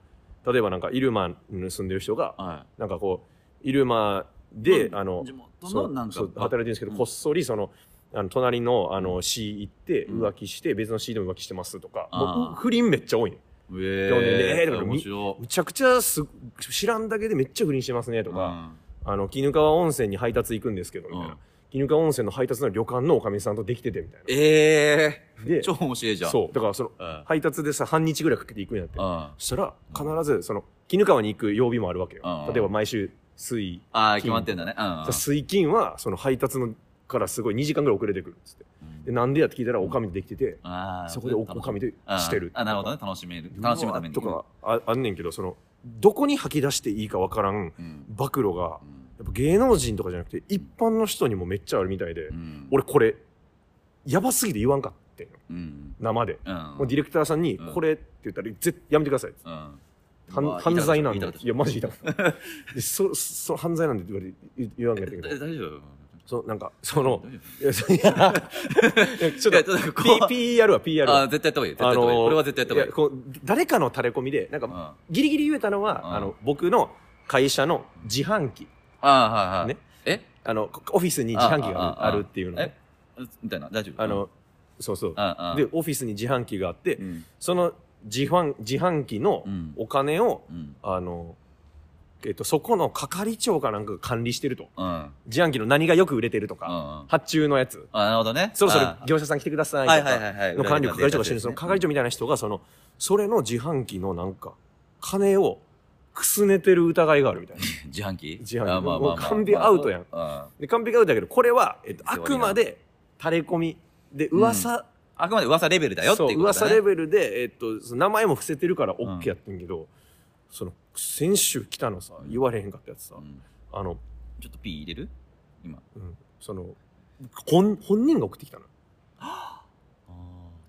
Speaker 2: 例えばなんかイルマに住んでる人が、
Speaker 3: は
Speaker 2: なんかこう、イルマ
Speaker 3: い
Speaker 2: で、
Speaker 3: うん
Speaker 2: あの、
Speaker 3: 地元
Speaker 2: そ
Speaker 3: の
Speaker 2: う
Speaker 3: なんか
Speaker 2: そう働いてるんですけど、
Speaker 3: うん
Speaker 2: こっそりそのあの隣のあの市行って
Speaker 3: うん
Speaker 2: 浮気して、別の市でも浮気してますとか、
Speaker 3: あー
Speaker 2: もう不倫めっちゃ多いの
Speaker 3: うえ
Speaker 2: 去年ね
Speaker 3: え
Speaker 2: だからみ
Speaker 3: 面白い
Speaker 2: むちゃくちゃす知らんだけでめっちゃ不倫してますねとか、あの鬼怒川温泉に配達行くんですけどみ
Speaker 3: うん
Speaker 2: たいうな、
Speaker 3: ん
Speaker 2: 鬼怒川温泉の配達の旅館のおかみさんとできててみたいな
Speaker 3: ええ
Speaker 2: で
Speaker 3: 超面白いじゃん
Speaker 2: そうだからその
Speaker 3: うんうん
Speaker 2: 配達でさ半日ぐらいかけて行くんやってそ
Speaker 3: あ
Speaker 2: したら必ずその鬼怒川に行く曜日もあるわけよ、
Speaker 3: うん
Speaker 2: 例えば毎週水
Speaker 3: あ決まってんだねうんうん
Speaker 2: さ水金はその配達のからすごい2時間ぐらい遅れてくるっつってでなんでやって聞いたらおかみとできてて、
Speaker 3: あー
Speaker 2: そこでおおかみとしてる
Speaker 3: あーあなるほどね楽しめる楽しむために
Speaker 2: とかああんねんけどそのどこに吐き出していいかわからん
Speaker 3: うん
Speaker 2: 暴露が
Speaker 3: うん
Speaker 2: やっぱ芸能人とかじゃなくて一般の人にもめっちゃあるみたいで、
Speaker 3: うん
Speaker 2: 俺これやばすぎて言わんかってんよ
Speaker 3: うん
Speaker 2: 生で、
Speaker 3: うん
Speaker 2: もうディレクターさんに
Speaker 3: う
Speaker 2: 「
Speaker 3: ん
Speaker 2: これ」って言ったら「絶やめてください」
Speaker 3: うん
Speaker 2: はん
Speaker 3: うわ
Speaker 2: 犯罪なん
Speaker 3: いた
Speaker 2: で
Speaker 3: らいたら
Speaker 2: いやマジ痛かった でそそ犯罪なんでって言われて言わんかったけ
Speaker 3: え
Speaker 2: ど
Speaker 3: 大丈夫
Speaker 2: そうなんかその
Speaker 3: 大丈夫
Speaker 2: いやそいやいや ち
Speaker 3: い
Speaker 2: ょ
Speaker 3: や
Speaker 2: っ
Speaker 3: ちょっと
Speaker 2: と
Speaker 3: こ
Speaker 2: P-
Speaker 3: う
Speaker 2: PR は PR
Speaker 3: あ
Speaker 2: は
Speaker 3: ー絶対やった方がいい絶対やった方がいいこれは絶対やった方がいい
Speaker 2: やこう誰かの垂れ込みでなんか
Speaker 3: うんあ
Speaker 2: ギリギリ言えたのは、
Speaker 3: うん
Speaker 2: あの僕の会社の自販機
Speaker 3: あはいはい
Speaker 2: ね
Speaker 3: え
Speaker 2: あのこオフィスに自販機がある
Speaker 3: あああ
Speaker 2: あるっていうの
Speaker 3: えみたいな大丈夫
Speaker 2: あの、そうそう
Speaker 3: あああ
Speaker 2: でオフィスに自販機があって、
Speaker 3: うん
Speaker 2: その自販自販機の
Speaker 3: うん
Speaker 2: お金を、
Speaker 3: うん
Speaker 2: あのえっと、そこの係長かなんかが管理してると
Speaker 3: うんうん
Speaker 2: 自販機の何がよく売れてると
Speaker 3: う
Speaker 2: か、
Speaker 3: ん
Speaker 2: 発注のやつ
Speaker 3: あなるほどね
Speaker 2: そろそろ
Speaker 3: あ
Speaker 2: 業者さん来てくださいとか、
Speaker 3: はいはいはいはい
Speaker 2: の管理を係長がしてるんですよ、係長
Speaker 3: み
Speaker 2: みたいな人がそのそれの自販機のなんか金をくすねてる疑いがあるみたいな
Speaker 3: たいな自販機
Speaker 2: 自販機
Speaker 3: あまあまあまあ
Speaker 2: もう完璧アウトやん
Speaker 3: あ
Speaker 2: で完璧アウトだけどこれは、えっと、
Speaker 3: 偽
Speaker 2: あ
Speaker 3: りが
Speaker 2: くまで垂れ込みで噂、
Speaker 3: あくまで噂レベルだよって
Speaker 2: そ
Speaker 3: いううことだね
Speaker 2: 噂レベルで、えっと、その名前も伏せてるから OK やってんけど、その先週来たのさ言われへんかったやつさ、
Speaker 3: うん
Speaker 2: あの、
Speaker 3: ちょっと P 入れる今
Speaker 2: うん、その本本人が送ってきたの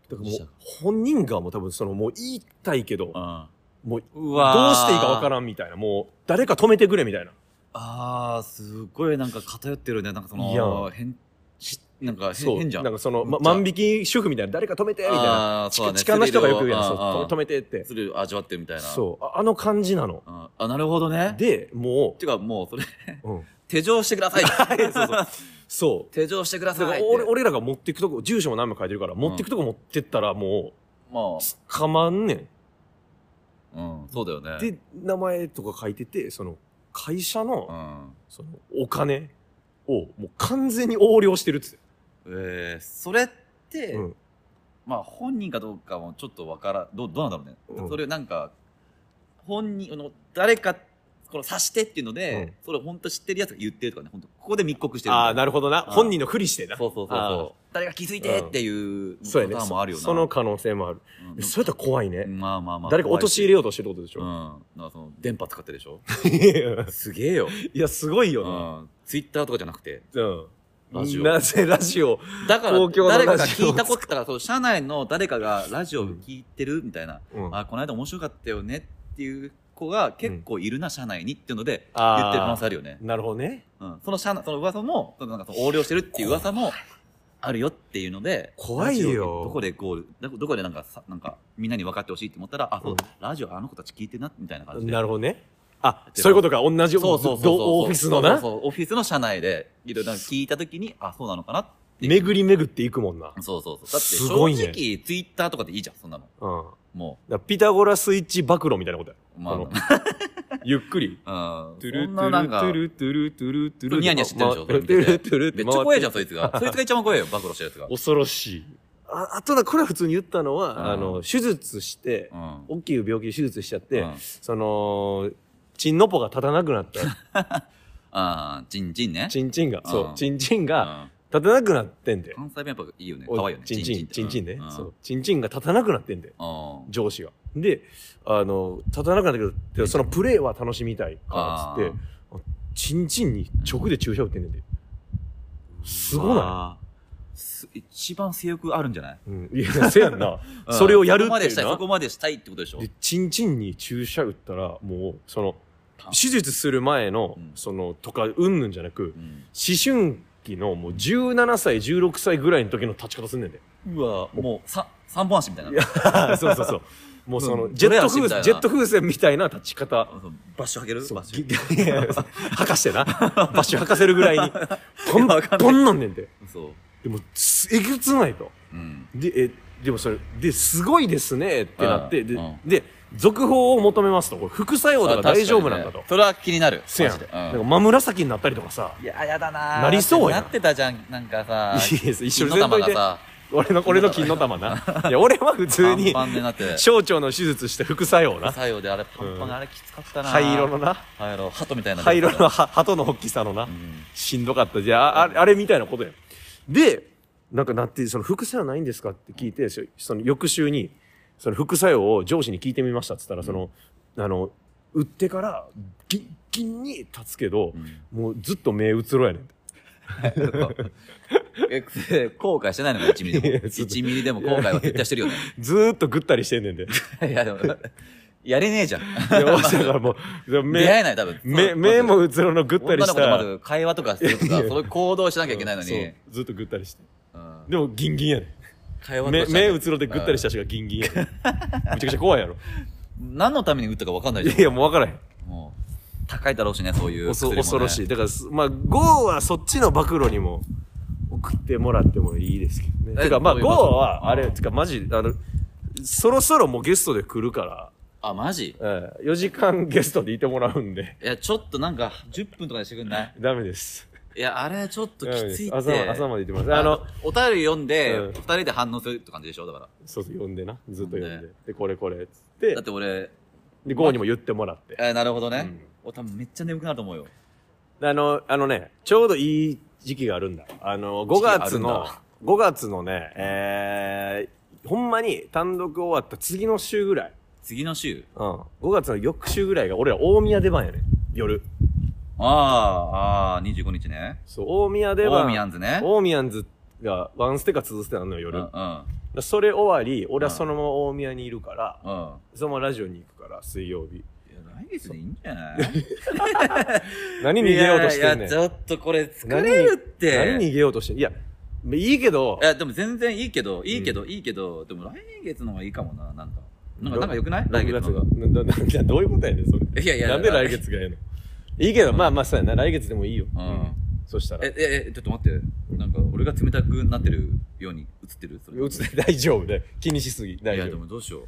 Speaker 2: だからもう本人がもう多分そのもう言いたいけど
Speaker 3: あ
Speaker 2: もう
Speaker 3: う
Speaker 2: ど
Speaker 3: わ
Speaker 2: うしていいかわから
Speaker 3: ん
Speaker 2: らんみたいなもう誰か止めてくれみたいな
Speaker 3: あーすごいなんか偏ってるねなんかそ
Speaker 2: いや
Speaker 3: の変しなんか
Speaker 2: そう
Speaker 3: 変変じゃん
Speaker 2: なんかその、
Speaker 3: めっ
Speaker 2: ま、
Speaker 3: ちゃ
Speaker 2: 万引き主婦みたいな誰か止めてみたいな
Speaker 3: あーそうだね
Speaker 2: 痴漢の人がよく言うやん
Speaker 3: ス
Speaker 2: そう
Speaker 3: リルをあーあー
Speaker 2: 止めてって
Speaker 3: スリル味わってるみたいな
Speaker 2: そうああの感じなの
Speaker 3: うんあなるほどね
Speaker 2: でも
Speaker 3: てかもうそれ
Speaker 2: う、うん、
Speaker 3: 手錠してく ださい
Speaker 2: そうそうそう
Speaker 3: 手錠してくだ
Speaker 2: だか
Speaker 3: さい
Speaker 2: ら俺俺らが持ってくとこ住所も何も書いてるから持ってくとこ持ってったらも
Speaker 3: も
Speaker 2: う捕まんね
Speaker 3: う、うん、そうだよね
Speaker 2: んで名前とか書いててその会社の、
Speaker 3: うん
Speaker 2: そのお金をもう完全に横領してるっつっ
Speaker 3: えー、それって、
Speaker 2: て、うん、
Speaker 3: まあ本人かどうかもちょっとわからどうどうなんだろうね、
Speaker 2: うん
Speaker 3: それなんか本人あの誰かこの察してっていうので、
Speaker 2: うん
Speaker 3: それ本当知ってるやつが言ってるとかね本当ここで密告してる
Speaker 2: ああな
Speaker 3: る
Speaker 2: るほどな
Speaker 3: うん
Speaker 2: 本人のふりしてな
Speaker 3: そうそうそう
Speaker 2: あ
Speaker 3: そう誰が気づいてっていうパタ
Speaker 2: そうやね
Speaker 3: ーンもあるよ
Speaker 2: そ
Speaker 3: な、
Speaker 2: その可能性もある
Speaker 3: うん
Speaker 2: でそれやったら怖いね、
Speaker 3: まあまあまあ
Speaker 2: 誰か陥れようとしてることでし
Speaker 3: う
Speaker 2: ょ、
Speaker 3: んなんかその電波使ってるでしょ
Speaker 2: い
Speaker 3: すげえよ、
Speaker 2: やすご いうよな、
Speaker 3: ん、ツイッターとかじゃなくて
Speaker 2: うん
Speaker 3: ラジオ
Speaker 2: なぜラジオ
Speaker 3: だから
Speaker 2: 公共のラジ
Speaker 3: 誰
Speaker 2: オ
Speaker 3: かが聞いたことだからそう社内の誰かがラジオ聞いてるみたいな、
Speaker 2: うん
Speaker 3: あこの間面白かったよねっていう子が結構いるな、社内にっていうので言
Speaker 2: あー
Speaker 3: ってる可能性あるよね、
Speaker 2: なるほどね
Speaker 3: うん、その社内その噂もそのなんかその横領してるっていう噂もあるよっていうので
Speaker 2: 怖いよ
Speaker 3: ラジオどこでゴールどこどこでなんかさなんかみんなに分かってほしいって思ったらあそう、
Speaker 2: うん
Speaker 3: ラジオあの子たち聞いてるなみたいな感じで
Speaker 2: なるほどねあそういうことか同じ
Speaker 3: そうそうそうそう
Speaker 2: オフィスのな
Speaker 3: そうそうそうオフィスの社内でいろいろなんか聞いた時にあそうなのかなっていう
Speaker 2: 巡り巡っていくもんな、
Speaker 3: そうそうそうだって
Speaker 2: すごいね
Speaker 3: 正直ツイッターとかでいいじゃんそんなの
Speaker 2: うん、だか
Speaker 3: も
Speaker 2: らピタゴラスイッチ暴露みたいなことや
Speaker 3: うまあ
Speaker 2: このゆっくり
Speaker 3: うん
Speaker 2: トゥル
Speaker 3: そ
Speaker 2: ト
Speaker 3: ん
Speaker 2: ゥ
Speaker 3: ななん
Speaker 2: ルト
Speaker 3: か
Speaker 2: ゥルトゥルトゥルトゥル
Speaker 3: ニヤニヤしてるでしょ
Speaker 2: まあトゥルトゥル
Speaker 3: めっちゃ怖いじゃん、
Speaker 2: ん
Speaker 3: そいつが。そいつが一番怖いよ、暴露してるやつが。
Speaker 2: 恐ろしいああとなこれは普通に言ったのは、
Speaker 3: うん
Speaker 2: あの手術して、
Speaker 3: うん。
Speaker 2: 大きい病気で手術しちゃって、
Speaker 3: うん
Speaker 2: そのチンノポが立たなくなった
Speaker 3: あー、チンチンね。
Speaker 2: チンチンが、
Speaker 3: うん
Speaker 2: そうチンチン
Speaker 3: う
Speaker 2: が
Speaker 3: ん
Speaker 2: 立たなくなってんで、
Speaker 3: 関西弁やっぱいいよね。
Speaker 2: お
Speaker 3: 可愛いよね。
Speaker 2: チンチンチンチンね、
Speaker 3: うん
Speaker 2: そうチンチンが立たなくなってんで
Speaker 3: うん
Speaker 2: 上司がであの立たなくなったけどでそのプレーは楽しみたいからっつってチンチンに直で注射打ってんねんで、
Speaker 3: う
Speaker 2: すごな
Speaker 3: あーす一番性欲あるんじゃない、
Speaker 2: い、うん、いや、せやんな。
Speaker 3: うん
Speaker 2: それをやるっていうな
Speaker 3: そこまでしたい、そこまでしたいってことでしょ
Speaker 2: で、チンチンに注射打ったら、もう、その
Speaker 3: パン、
Speaker 2: 手術する前の
Speaker 3: うん、
Speaker 2: その、とか、うんぬんじゃなく
Speaker 3: う、ん
Speaker 2: 思春期のもう17歳、16歳ぐらいの時の立ち方すんねん で。
Speaker 3: うわ、もう、さ、三本足みたいな。
Speaker 2: いやそうそうそう。もうその、
Speaker 3: うん
Speaker 2: ジェット
Speaker 3: どれ足み
Speaker 2: 風
Speaker 3: た
Speaker 2: 船、
Speaker 3: いな
Speaker 2: ジェット風船みたいな立ち方。
Speaker 3: バッシュ履ける
Speaker 2: そう
Speaker 3: バッシ
Speaker 2: ぎ
Speaker 3: ュ。
Speaker 2: ぎいやいや 吐かしてな。バッシュ吐かせるぐらい に。ポン、
Speaker 3: わかんな
Speaker 2: ポ
Speaker 3: い
Speaker 2: ンなんねんて。
Speaker 3: そう。
Speaker 2: でも、すえぐつないと。
Speaker 3: うん。
Speaker 2: で、え、でもそれ、で、すごいですねってなって、
Speaker 3: うん
Speaker 2: で
Speaker 3: うん、
Speaker 2: で、続報を求めますと。これ副作用とか大丈夫なんだと
Speaker 3: あ確かにね。それは気になる。
Speaker 2: せやん。
Speaker 3: マジ
Speaker 2: なん
Speaker 3: でうん
Speaker 2: か真紫になったりとかさ。
Speaker 3: いや、やだなー
Speaker 2: なりそうやん
Speaker 3: なってたじゃん、なんかさ。
Speaker 2: いいです一緒に
Speaker 3: 金の玉
Speaker 2: 全体で
Speaker 3: がさ、
Speaker 2: 俺の、俺の金の玉な。いや、俺は普通に、
Speaker 3: パンパンになって、
Speaker 2: 小腸の手術して副作用な。
Speaker 3: 作用であれパンパ
Speaker 2: う
Speaker 3: ン
Speaker 2: ん
Speaker 3: であれきつかったなー
Speaker 2: 灰色の。 な。
Speaker 3: 灰色、鳩みたいな。
Speaker 2: 灰色のは 鳩の大きさのな
Speaker 3: う。ん。
Speaker 2: しんどかった。じゃあ、あれ、あれみたいなことやん。で、なんかなって、その副作用ないんですかって聞いて、そその翌週に、その副作用を上司に聞いてみましたって言ったら、その、あの、売ってから、ギンギンに立つけど、もうずっと目うつろやねん。
Speaker 3: え、後悔してないのか、1ミリ
Speaker 2: い
Speaker 3: で
Speaker 2: や
Speaker 3: も。
Speaker 2: ちょっと
Speaker 3: 1ミリでも後悔は絶対してるよね。
Speaker 2: ずーっとぐったりしてんねん で。い
Speaker 3: いや、でも、やれねえじゃん。
Speaker 2: や、だからもう、
Speaker 3: 出会え
Speaker 2: 目、
Speaker 3: ない、多分。
Speaker 2: 目、目もうつろのぐったりした。
Speaker 3: 女の子とまず会話とかすると
Speaker 2: いや
Speaker 3: か、
Speaker 2: いや
Speaker 3: それ行動しなきゃいけないのに、
Speaker 2: そうずっとぐったりして。
Speaker 3: うん
Speaker 2: でも、ギンギンやねん。
Speaker 3: 会話と
Speaker 2: 目
Speaker 3: かしなきゃ
Speaker 2: 目うつろでぐったりした人がギンギン やねん。めちゃくちゃ怖いやろ。
Speaker 3: うん何のために打ったか分かんな
Speaker 2: い
Speaker 3: いじ
Speaker 2: や
Speaker 3: ゃ
Speaker 2: いや、もう分からへん。
Speaker 3: ん。もう、高いだろうしね、そういう
Speaker 2: お
Speaker 3: 薬
Speaker 2: そ
Speaker 3: も、ね。
Speaker 2: 恐ろしい。だからす、まあ、GO はそっちの暴露にも送ってもらってもいいですけどね。
Speaker 3: え
Speaker 2: てか、まあ、
Speaker 3: ど
Speaker 2: GO
Speaker 3: ういうこと
Speaker 2: は、あ
Speaker 3: う
Speaker 2: れ、
Speaker 3: ん
Speaker 2: てか、マジ、あの、そろそろもうゲストで来るか
Speaker 3: あ、マジ
Speaker 2: ら、え4時間ゲストでいてもらうんで、
Speaker 3: いや、ちょっとなんか、10分とかにしてくんない
Speaker 2: ダメです。
Speaker 3: いや、あれ、ちょっとき
Speaker 2: ダメで
Speaker 3: ついっ
Speaker 2: す朝
Speaker 3: て。
Speaker 2: ま朝までいてもら
Speaker 3: あ
Speaker 2: う。あ
Speaker 3: の
Speaker 2: の、、
Speaker 3: お便り読んで、二、
Speaker 2: うん
Speaker 3: 人で反応するって感じでしょだから。
Speaker 2: そうそう、呼んでな。ずっと呼ん
Speaker 3: ほん
Speaker 2: で
Speaker 3: で。
Speaker 2: で、これこれ、つって
Speaker 3: だっ、て俺、
Speaker 2: で、GO にも言ってもらって。
Speaker 3: えーなるほどね。
Speaker 2: うん
Speaker 3: 俺多分めっちゃ眠くなると思うよ。
Speaker 2: あの、あのね、ちょうどいい時期があるんだ。あの、5
Speaker 3: 期があるんだ
Speaker 2: 月の、5月のね、えー、ほんまに単独終わった次の週ぐらい。
Speaker 3: 次の週。
Speaker 2: うん。5月の翌週ぐらいが俺ら大宮出番やねん。夜。
Speaker 3: あー、あー、25日ね。
Speaker 2: そう、大宮出番。
Speaker 3: 大宮アンズね。
Speaker 2: 大宮アンズがワンステかツーステなのよ、
Speaker 3: う
Speaker 2: 夜。
Speaker 3: ん、う
Speaker 2: だか
Speaker 3: ん、
Speaker 2: らそれ終わり、俺はそのまま大宮にいるから、
Speaker 3: うん。
Speaker 2: そのままラジオに行くから、水曜日。
Speaker 3: いや、来月でいいんじゃない
Speaker 2: 何逃げようとし
Speaker 3: いや
Speaker 2: てんね
Speaker 3: いや、
Speaker 2: ん。
Speaker 3: ち
Speaker 2: 何
Speaker 3: ょっとこれ作れるって。
Speaker 2: 何逃げようとしてんいや、いいけど
Speaker 3: い、や、でも全然いいけど、いいけど、いいけど、でも来月の方がいいかもな、なんか。なんか、なんか良くない来
Speaker 2: 六
Speaker 3: 月
Speaker 2: 月
Speaker 3: の方
Speaker 2: が
Speaker 3: が。。
Speaker 2: なななどういうことやねん、それ。
Speaker 3: いやいや、
Speaker 2: なんで来月がええのいいけど、まあまあそうやな。来月でもいいよ。
Speaker 3: うん
Speaker 2: そしたら。
Speaker 3: え、え、え、ちょっと待って。なんか、俺が冷たくなってるように映ってるそれ。
Speaker 2: うつ 大丈夫だよ。気にしすぎ。大
Speaker 3: いや、
Speaker 2: 丈
Speaker 3: で
Speaker 2: 夫。
Speaker 3: もどうしよう。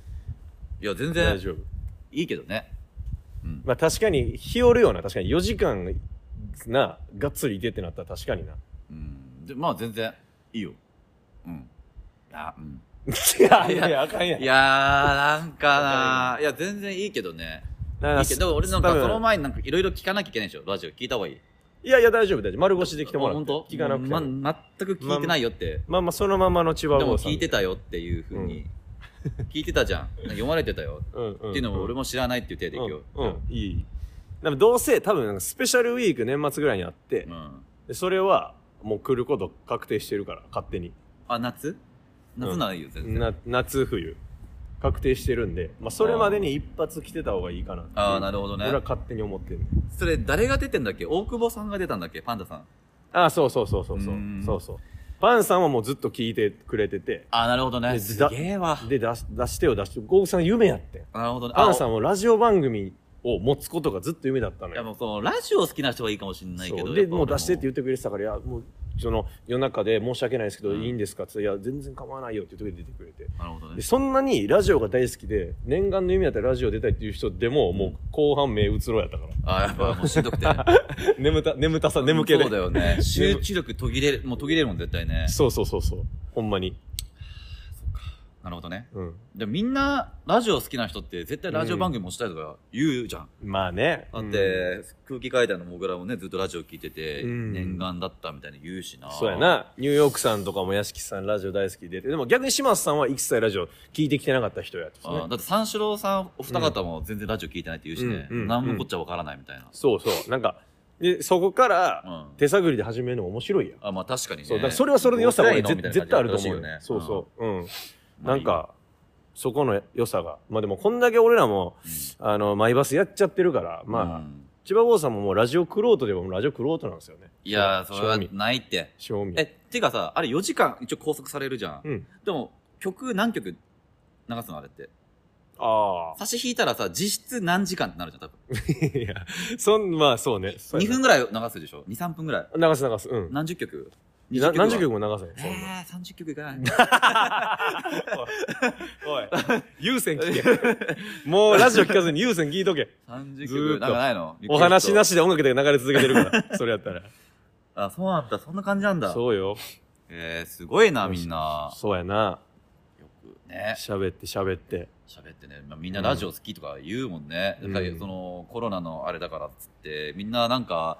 Speaker 3: いや、全
Speaker 2: 大
Speaker 3: 然
Speaker 2: 丈夫。
Speaker 3: いいけどね。うん。
Speaker 2: まあ確かに、日和るような、確かに4時間な、がっつりいてってなったら確かにな。
Speaker 3: うん。で、まあ全然いいよ。うん。いや、うん。
Speaker 2: いやいやいや、あかんやん。
Speaker 3: いやー、なんかなー。いや、全然いいけどね。いいけど、でも俺なんか
Speaker 2: 多分
Speaker 3: その前になんかいろいろ聞かなきゃいけないでしょ。ラジオ聞いた方がいい。
Speaker 2: いやいや、大丈夫、大丈夫。丸腰で来てもら
Speaker 3: あ
Speaker 2: う。
Speaker 3: 本当
Speaker 2: 聞かなくても。ま
Speaker 3: ま、全く聞いてないよって。
Speaker 2: あまあ、そのままの千葉
Speaker 3: で
Speaker 2: 坊
Speaker 3: も
Speaker 2: さん。
Speaker 3: 聞いてたよっていうふうに。聞いてたじゃん。なんか読まれてたよ。
Speaker 2: うんうん。
Speaker 3: っていうのも俺
Speaker 2: も
Speaker 3: も知らないっていう手で今日。
Speaker 2: うん、うん、いい。でもどうせ、多分、なんかスペシャルウィーク年末ぐらいにあって
Speaker 3: う、ん。
Speaker 2: でそれは、もう来ること確定してるから、勝手に。
Speaker 3: あ、夏夏ならいいよ、全然。
Speaker 2: な夏冬確定してるんで、まあ、それまでに一発来てた方がいいかな
Speaker 3: ああ、な
Speaker 2: る
Speaker 3: るほど
Speaker 2: ほ
Speaker 3: ね
Speaker 2: 俺。は勝手に思ってるね
Speaker 3: それ誰が出てんだっけ大久保さんが出たんだっけパンダさん。
Speaker 2: ああそうそうそうそうそう
Speaker 3: うーん
Speaker 2: そうそうパンさんはもうずっと聞いてくれてて
Speaker 3: あ、なるほどね。
Speaker 2: ですだ
Speaker 3: げえわ。
Speaker 2: で出し出してよ出してゴーさん夢やってん
Speaker 3: なるほどね。
Speaker 2: パンさ
Speaker 3: ん。
Speaker 2: んはラジオ番組を持つことがずっと夢だったの
Speaker 3: いや、
Speaker 2: よ
Speaker 3: もうその、ラジオ好きな人はいいかもしれないけ
Speaker 2: そ
Speaker 3: ど。
Speaker 2: うで
Speaker 3: やっぱ
Speaker 2: もう出してって言ってくれてたからいやもうその夜中で申し訳ないですけど、
Speaker 3: うん
Speaker 2: いいんですかって言ったらいや全然構わないよって言ってくれて
Speaker 3: なるほど
Speaker 2: で
Speaker 3: ね。
Speaker 2: そんなにラジオが大好きで念願の夢だったらラジオ出たいっていう人でももう後半目うつろやったから
Speaker 3: あ、やっぱもうしんどくて。
Speaker 2: 眠た、眠たさ、眠 気で。
Speaker 3: そうだよね。集中力途切れる、もう途切れるもん絶対ね。
Speaker 2: そうそうそうそう。ほんまに。
Speaker 3: なるほどね。
Speaker 2: うん。
Speaker 3: でみんな、ラジオ好きな人って絶対ラジオ番組持ちたいとか言うじゃん。
Speaker 2: まあね。
Speaker 3: だって、空気階段のモグラもね、ずっとラジオ聞いてて、
Speaker 2: うん
Speaker 3: 念願だったみたいに言うし
Speaker 2: う
Speaker 3: な。
Speaker 2: んそうや。な。ニューヨークさんとかも屋敷さんラジオ大好きで。でも逆に島津さんは一切ラジオ聞いてきてなかった人やったし
Speaker 3: あ
Speaker 2: ね
Speaker 3: ーだって三四郎さんお二方も全然ラジオ聞いてないって言うしね、
Speaker 2: うんうん
Speaker 3: 何もこっちゃわからないみたいな、
Speaker 2: そうそう。なんか、で、そこから、
Speaker 3: うん
Speaker 2: 手探りで始めるの面白いやん。
Speaker 3: あまあ確かにね
Speaker 2: そう、だからそれはそれの良さは
Speaker 3: どう
Speaker 2: 俺
Speaker 3: すりゃ
Speaker 2: ぜ
Speaker 3: いいのみたいな
Speaker 2: 絶対あると思うよ
Speaker 3: 感じだ
Speaker 2: ね
Speaker 3: っ。た
Speaker 2: そ
Speaker 3: ら
Speaker 2: う
Speaker 3: しいよ
Speaker 2: そう。うん。
Speaker 3: う
Speaker 2: なんか、そこの良さが。まあでも、こんだけ俺らも、あの、マイバスやっちゃってるから、
Speaker 3: まあいい
Speaker 2: まあ、
Speaker 3: うん
Speaker 2: 千葉郷さんももうラジオクロートでもラジオクロートなんですよね。
Speaker 3: いやーそれは
Speaker 2: 正味
Speaker 3: ないって
Speaker 2: 正味。
Speaker 3: えてかさあれ4時間一応拘束されるじゃん
Speaker 2: うん。
Speaker 3: でも曲何曲流すのあれって
Speaker 2: あ
Speaker 3: 差し引いたらさ実質何時間ってなるじゃん多分
Speaker 2: あ。いや、そん、まあそうね。そう
Speaker 3: 2
Speaker 2: やな
Speaker 3: 分ぐらい流すでしょ23分ぐらい
Speaker 2: 流す流す。うん。
Speaker 3: 何十曲
Speaker 2: な何十曲
Speaker 3: は
Speaker 2: も流せん。そんな
Speaker 3: えー、30曲いかない
Speaker 2: おい、優先聞け。 もうラジオ聞かずに優先聞いと け。
Speaker 3: 30
Speaker 2: ずーっと
Speaker 3: 曲なんかないのリクエ
Speaker 2: お
Speaker 3: スト
Speaker 2: 話なしで音楽で流れ続けてるから、 それやったら。
Speaker 3: あそうなんだそんな感じなんだ
Speaker 2: そうよ。
Speaker 3: えー、すごいなみんな
Speaker 2: そうやな。
Speaker 3: よくね
Speaker 2: 喋って喋って。
Speaker 3: 喋ってね、まあ、みんなラジオ好きとか言うもんね、
Speaker 2: うん
Speaker 3: だからそのコロナのあれだからっつってみんななんか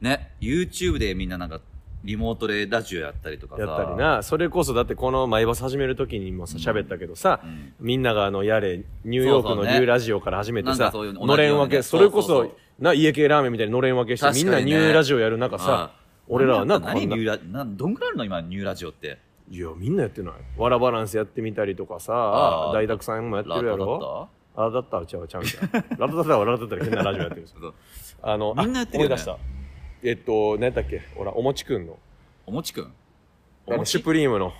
Speaker 3: ね YouTube でみんななんかリモートでラジオやったりとかさ
Speaker 2: やったり、な。それこそだってこのマイバス始める時にもさ、
Speaker 3: うん
Speaker 2: 喋ったけどさ、
Speaker 3: うん、
Speaker 2: みんながあの、やれ、ニューヨークの
Speaker 3: そう
Speaker 2: ニ
Speaker 3: そうね
Speaker 2: ューラジオから始めて
Speaker 3: なん
Speaker 2: さ、
Speaker 3: かそういう同じような
Speaker 2: のれん分け、それこ
Speaker 3: そう
Speaker 2: そ
Speaker 3: そうそ、
Speaker 2: な、家系ラーメンみたいにのれん分けして、み
Speaker 3: 確
Speaker 2: ん
Speaker 3: か
Speaker 2: な
Speaker 3: に
Speaker 2: ニ
Speaker 3: ね
Speaker 2: ューラジオやる中さ、
Speaker 3: あ
Speaker 2: 俺らはな、こ
Speaker 3: 何
Speaker 2: んな
Speaker 3: ニューラなんどんくらいあるの今ニューラジオって
Speaker 2: いや、みんなやってない。わらバランスやってみたりとかさ
Speaker 3: あ、ー
Speaker 2: 大沢さんもやって
Speaker 3: ラ
Speaker 2: るや
Speaker 3: ー
Speaker 2: ろ
Speaker 3: ト
Speaker 2: あ、だったらちゃうちゃうちゃう。ラタタタはラタタで変なラジオやってるんですよ
Speaker 3: だった
Speaker 2: あの、
Speaker 3: みんなやってるよね
Speaker 2: あ思い出した。えっと、何やったっけほら、おもちくんの。
Speaker 3: おもちくん
Speaker 2: あのシュプ
Speaker 3: リ
Speaker 2: リームの、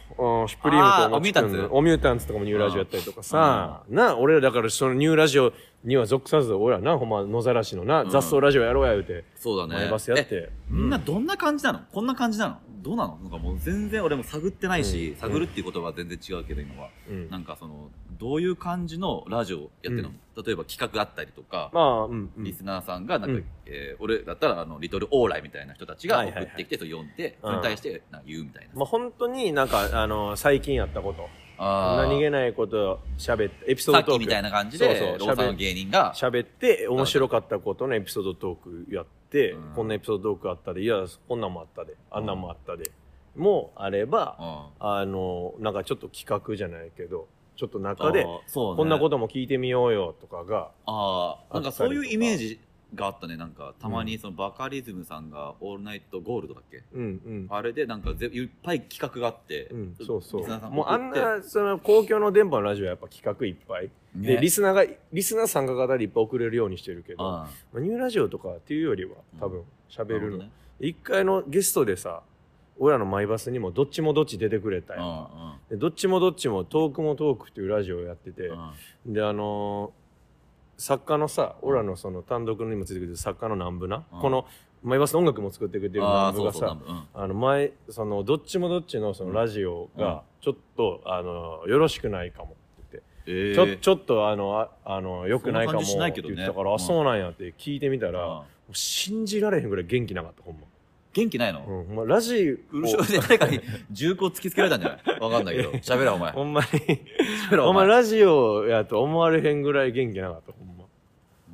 Speaker 2: うん、シュプリームとおもちくん
Speaker 3: あー
Speaker 2: の、オミュータンツとかもニューラジオやったりとかさ、
Speaker 3: あ
Speaker 2: な、俺らだからそのニューラジオには属さず、俺らな、ほんま野ざらしのな、
Speaker 3: うん
Speaker 2: 雑草ラジオやろうや言うて、
Speaker 3: そうだ
Speaker 2: マ
Speaker 3: ね
Speaker 2: イバスやって。
Speaker 3: みんな
Speaker 2: う
Speaker 3: どんな感じなのこんな感じなのどうなのなんかもう全然俺も探ってないし、
Speaker 2: うん
Speaker 3: 探るっていう言葉は全然違うけど今は、
Speaker 2: うん
Speaker 3: なんかそのどういう感じのラジオやってるの、
Speaker 2: う
Speaker 3: 例えば企画あったりとか、
Speaker 2: まあ、うん、うん
Speaker 3: リスナーさんがなんか、
Speaker 2: うん
Speaker 3: えー俺だったらあのリトルオーライみたいな人たちが
Speaker 2: はい
Speaker 3: 送
Speaker 2: はいはい
Speaker 3: ってきて、それ読んで
Speaker 2: う
Speaker 3: そ
Speaker 2: ん
Speaker 3: れに対してなんか言うみたいな、
Speaker 2: まあ本当になんか、あの、最近やったこと、
Speaker 3: あー
Speaker 2: 何気ないこと喋って、エピソ
Speaker 3: さ
Speaker 2: ー
Speaker 3: っ
Speaker 2: ドト
Speaker 3: き
Speaker 2: ー
Speaker 3: み
Speaker 2: ク
Speaker 3: たいな感じで
Speaker 2: そうそう
Speaker 3: ローサの芸人が
Speaker 2: 喋って、面白かったことのエピソードトークやって、
Speaker 3: うん
Speaker 2: こんなエピソードトークあったで、いや、こんなんもあったで、あんなんもあったで、もあれば、
Speaker 3: うん
Speaker 2: あの、なんかちょっと企画じゃないけど、ちょっと中で、
Speaker 3: あーそうね
Speaker 2: こんなことも聞いてみようよとかが、
Speaker 3: ああ、なんかそういうイメージがあったね。なんか、たま
Speaker 2: う
Speaker 3: にそのバカリズムさんがオールナイトゴールドだっけ
Speaker 2: うんうん。
Speaker 3: あれでなんかぜいっぱい企画があって、
Speaker 2: うん、そうそ
Speaker 3: リスナーさ
Speaker 2: う。
Speaker 3: ん
Speaker 2: もうあん
Speaker 3: 送っ
Speaker 2: な、その公共の電波のラジオはやっぱ企画いっぱい。
Speaker 3: て、
Speaker 2: で、
Speaker 3: ね
Speaker 2: リスナーが、リスナー参加型でいっぱい送れるようにしてるけど、ま
Speaker 3: あ
Speaker 2: あ、ニューラジオとかっていうよりは、多分、
Speaker 3: あ
Speaker 2: 喋るの
Speaker 3: なほどね。
Speaker 2: 一回のゲストでさ俺らのマイバスにもどっちもどっち出てくれた
Speaker 3: うん
Speaker 2: よ、でどっちもどっちもトークもトークっていうラジオをやってて、
Speaker 3: うんうん
Speaker 2: であのー作家のさ俺らのその単独にもついてくれてる作家の南部な、
Speaker 3: うん
Speaker 2: このマイバスの音楽も作ってくれてる
Speaker 3: ああ、
Speaker 2: 南部
Speaker 3: そ
Speaker 2: が
Speaker 3: うそう、
Speaker 2: さ
Speaker 3: 多分うん
Speaker 2: あの前そのどっちもどっちのそのラジオ
Speaker 3: うん
Speaker 2: がちょっと、あのーよろしくないかもって
Speaker 3: え
Speaker 2: 言
Speaker 3: ー
Speaker 2: って、ちょちょっとあのああのよくないかもって
Speaker 3: そんな感じしないけど
Speaker 2: 言
Speaker 3: ね
Speaker 2: ってたから、
Speaker 3: うん
Speaker 2: あそうなんやって聞いてみたら、も
Speaker 3: うん
Speaker 2: う信じられへんぐらい元気なかったほんま
Speaker 3: 元気ないの
Speaker 2: うん、まあ、ラジオ、
Speaker 3: うるしょいで誰かに銃口突きつけられたんじゃ ないわかんないけど。喋れ、お前。
Speaker 2: ほんま に、
Speaker 3: 喋れ、
Speaker 2: ほ
Speaker 3: お
Speaker 2: んま
Speaker 3: 前。ま
Speaker 2: ラジオやと思われへんぐらい元気なかった、ほん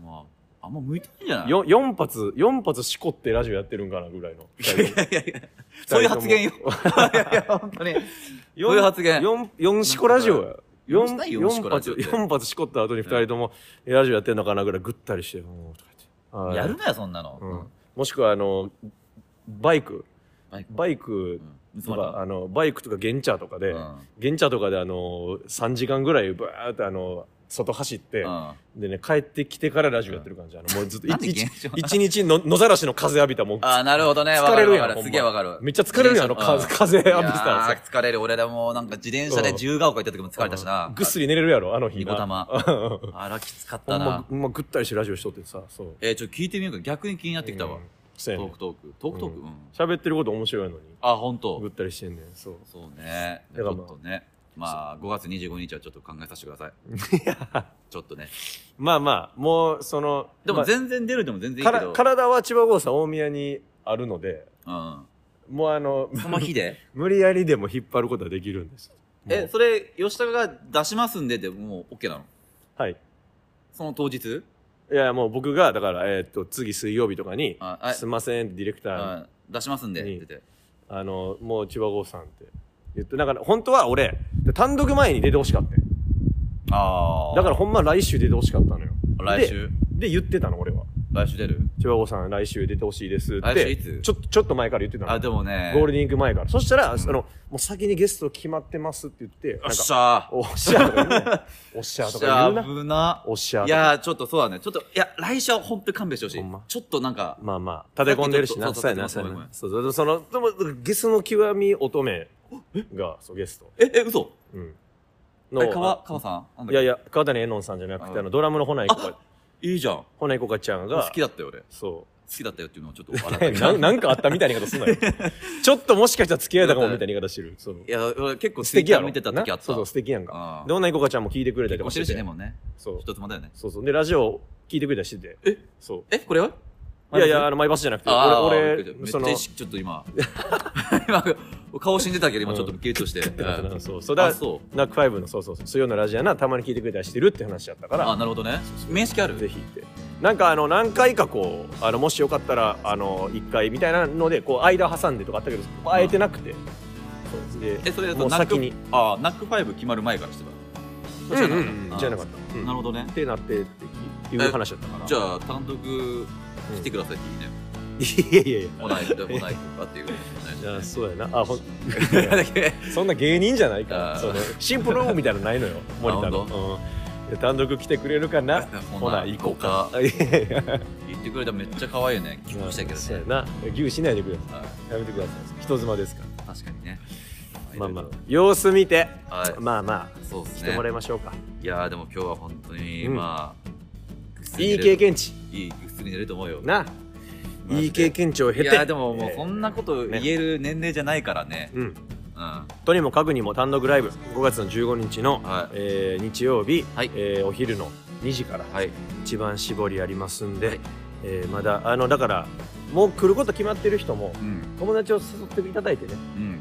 Speaker 2: ま。
Speaker 3: あ、あんま向いてないんじゃない
Speaker 2: よ4発、四発しこってラジオやってるんかなぐらいの。
Speaker 3: いやいやいや、 そういう発言よ。 いやいや、本当に。そういう発言。
Speaker 2: 4、四しこラジオや。四
Speaker 3: しないよし
Speaker 2: 四
Speaker 3: こラ
Speaker 2: 発
Speaker 3: ジオって、
Speaker 2: 四発しこった後に2人とも、ラジオやってんのかなぐらいぐったりして、もう、とか言って。
Speaker 3: やる
Speaker 2: はい
Speaker 3: なよ、そんなの。
Speaker 2: うん。もしくは、あの、バイク、
Speaker 3: バイク
Speaker 2: バイク
Speaker 3: うん
Speaker 2: とか、あの、バイクとかゲンチャーとかで、
Speaker 3: うん
Speaker 2: ゲンチャーとかで、あの、3時間ぐらい、バーって、あの、外走って、
Speaker 3: うん
Speaker 2: でね、帰ってきてからラジオやってる感じ。あの、もうずっと
Speaker 3: なんで
Speaker 2: 一
Speaker 3: 現象なの
Speaker 2: 一日の野ざらしの風浴びたもう、
Speaker 3: ああ、なるほどね。
Speaker 2: 疲れるやん
Speaker 3: わかわか
Speaker 2: ほんます
Speaker 3: げえわかる。
Speaker 2: めっちゃ疲れるやん、あの
Speaker 3: 自
Speaker 2: 風、
Speaker 3: 転車
Speaker 2: 風浴びてた
Speaker 3: うん
Speaker 2: ら
Speaker 3: い
Speaker 2: さ
Speaker 3: や。ー疲れる。俺らもうなんか自転車で自由が丘行った時も疲れたしな。
Speaker 2: ぐっすり寝れるやろ、あの日
Speaker 3: ニ
Speaker 2: な。
Speaker 3: コ玉。
Speaker 2: ほ
Speaker 3: あら、きつかっ
Speaker 2: ん
Speaker 3: た
Speaker 2: ま
Speaker 3: な、。
Speaker 2: ほんまぐったりしてラジオしとってさ、そう。
Speaker 3: えー、ちょっと聞いてみようか。逆に気になってきた
Speaker 2: う
Speaker 3: わ
Speaker 2: ん。。そう
Speaker 3: ト
Speaker 2: やね
Speaker 3: ークトーク。トークトーク
Speaker 2: う
Speaker 3: うんん。
Speaker 2: 喋ってること面白いのに、
Speaker 3: あ、本
Speaker 2: ぐ
Speaker 3: 当
Speaker 2: ったりしてんねん、そう。
Speaker 3: そうね。ち
Speaker 2: だから
Speaker 3: ょ
Speaker 2: まあ
Speaker 3: っとね。まあ、5月25日はちょっと考えさせてください。 ちょっとね。
Speaker 2: まあまあ、もう、その、
Speaker 3: で
Speaker 2: ま
Speaker 3: も
Speaker 2: あ
Speaker 3: 全然出るでも全然いい
Speaker 2: か
Speaker 3: け
Speaker 2: ら
Speaker 3: ど。
Speaker 2: 体は千葉郷さん大宮にあるので、
Speaker 3: うん。
Speaker 2: もうあ の、
Speaker 3: その日で
Speaker 2: 無理やりでも引っ張ることはできるんです。もう
Speaker 3: え、それ、吉高が出しますんででもう OK なの
Speaker 2: はい。
Speaker 3: その当日
Speaker 2: いや、もう僕が、だから、えーっと、次水曜日とかに、
Speaker 3: あはい
Speaker 2: すんません、ディレクターに、
Speaker 3: あ出しますんで、
Speaker 2: に
Speaker 3: 出て。
Speaker 2: あの、もう千葉郷さんって言って、だから、本当は俺、単独前に出てほしかったよ
Speaker 3: ああ。
Speaker 2: だから、ほんま来週出てほしかったのよ。
Speaker 3: 来週
Speaker 2: で、で言ってたの、俺は。
Speaker 3: 来週出る
Speaker 2: チワゴさん来週出てほしいですっ
Speaker 3: あれい
Speaker 2: て、
Speaker 3: つ
Speaker 2: ちょっと、ちょっと前から言ってたの。
Speaker 3: あ、でもね。
Speaker 2: ゴールデンウィーク前から。そしたら、
Speaker 3: うん
Speaker 2: その、もう先にゲスト決まってますって言って、
Speaker 3: よっし
Speaker 2: ゃ
Speaker 3: ゃー。
Speaker 2: おっしゃとか言うね。 おっし
Speaker 3: よ
Speaker 2: ゃ
Speaker 3: っ
Speaker 2: と
Speaker 3: し
Speaker 2: か
Speaker 3: ゃ
Speaker 2: 言う
Speaker 3: ー、
Speaker 2: な。
Speaker 3: 危な。
Speaker 2: おっしゃと
Speaker 3: い
Speaker 2: か。
Speaker 3: やー、ちょっとそうだね。ちょっと、いや、来週は本当に勘弁してほしい。
Speaker 2: ほんま
Speaker 3: ちょっとなんか、
Speaker 2: まあまあ、立て込んでるしな。
Speaker 3: そうそう
Speaker 2: そうやな、
Speaker 3: そ
Speaker 2: そうう
Speaker 3: そう
Speaker 2: やな。そうそう、でもその、でも、ゲスの極み乙女が、そう、ゲスト。
Speaker 3: え、え、嘘
Speaker 2: うん。
Speaker 3: え、川、川さんなんだっ
Speaker 2: い
Speaker 3: け
Speaker 2: やいや、川谷絵音さんじゃなくて、あの、ドラムのほないこか、
Speaker 3: いいじゃん。
Speaker 2: ほないこかちゃんが
Speaker 3: 好、きだったよ、俺。好
Speaker 2: そ
Speaker 3: きだったよっていうのはちょっと笑っ
Speaker 2: う。
Speaker 3: たけど
Speaker 2: ななん かあったみたいな言い方すんな よ。ちょっともしかしたら付き合えたかもみたいな言い方してる。そう。
Speaker 3: いや、俺結構
Speaker 2: 素
Speaker 3: 素
Speaker 2: 敵
Speaker 3: 敵
Speaker 2: や
Speaker 3: や
Speaker 2: ろ。
Speaker 3: 見てた時あった。
Speaker 2: なそうそう、素敵やんか。
Speaker 3: あ
Speaker 2: で、ほないこかちゃんも聞いてくれたりとか
Speaker 3: 教え
Speaker 2: して
Speaker 3: るしてね、
Speaker 2: て。
Speaker 3: もうね。
Speaker 2: そう。
Speaker 3: 一つもだよね。
Speaker 2: そうそう。で、ラジオ聞いてくれたりしてて。
Speaker 3: え
Speaker 2: そ
Speaker 3: え、これは
Speaker 2: う。いやいや、
Speaker 3: あ
Speaker 2: あの、マイバスじゃなくて、
Speaker 3: あー、
Speaker 2: 俺、
Speaker 3: びっくり
Speaker 2: 俺、
Speaker 3: し
Speaker 2: そ
Speaker 3: た
Speaker 2: の
Speaker 3: めっちゃ意、識ちょっと今、今、顔死んでたけど、今ちょっとキュッとして。うん
Speaker 2: そう、そうだ
Speaker 3: あ、、そう。
Speaker 2: ナックファイブの、そうそうそう、水曜のラジオやな、たまに聞いてくれたりしてるって話やったから
Speaker 3: あ、、なるほどね。面識ある
Speaker 2: ぜひってなんかあの何回かこうあのもしよかったらあの1回みたいなのでこう間挟んでとかあったけど会えてなくて、そうで
Speaker 3: え、それだ
Speaker 2: も
Speaker 3: と
Speaker 2: う
Speaker 3: ナック
Speaker 2: 先に
Speaker 3: あー、ナックファイブ決まる前からしてた。
Speaker 2: うんうんうんじゃなか
Speaker 3: っ
Speaker 2: った、う
Speaker 3: た
Speaker 2: ん
Speaker 3: なる
Speaker 2: っ
Speaker 3: ほどね。
Speaker 2: てなってっていう話だったから
Speaker 3: じ
Speaker 2: ゃ
Speaker 3: ゃあ、単独来てくださいっていいね。
Speaker 2: いやいやいや
Speaker 3: 来ない、来ないとかっていう。
Speaker 2: いやそうやなあほん
Speaker 3: だけ
Speaker 2: そんな芸人じゃないか
Speaker 3: あ
Speaker 2: ら
Speaker 3: ー
Speaker 2: そのシンプルみたいなのないのよ森田の
Speaker 3: ほん、
Speaker 2: うんで、単独来てくれるかなほ
Speaker 3: ほな
Speaker 2: な
Speaker 3: 行
Speaker 2: 行こ
Speaker 3: こう
Speaker 2: う
Speaker 3: か
Speaker 2: かいやいや
Speaker 3: 言ってくれたらめっちゃ可愛いね聞きましたけ
Speaker 2: そうや
Speaker 3: どね
Speaker 2: な牛しないでくださ
Speaker 3: はい
Speaker 2: やめてください人妻ですから
Speaker 3: い確かにね
Speaker 2: まあまあ様子見て
Speaker 3: あはい
Speaker 2: まあま
Speaker 3: そうで
Speaker 2: あ
Speaker 3: す
Speaker 2: して
Speaker 3: ね
Speaker 2: もらいましょうか
Speaker 3: いやーでも今日は本当に
Speaker 2: うん
Speaker 3: まあ
Speaker 2: いい経験値
Speaker 3: いい普通に寝れると思うよ
Speaker 2: な
Speaker 3: マジで
Speaker 2: いい経験値を
Speaker 3: い
Speaker 2: 経て
Speaker 3: やーでももうそんなこと
Speaker 2: ね
Speaker 3: 言える年齢じゃないからね
Speaker 2: うん
Speaker 3: うんは
Speaker 2: とにもかぐにも単独ライブ5月の15日の、
Speaker 3: はい
Speaker 2: えー日曜日、
Speaker 3: はい
Speaker 2: えーお昼の2時から
Speaker 3: い
Speaker 2: 一番絞りありますんで、
Speaker 3: はい
Speaker 2: えーまだあのだからもう来ること決まってる人も
Speaker 3: うん
Speaker 2: 友達を誘っていただいてね
Speaker 3: うん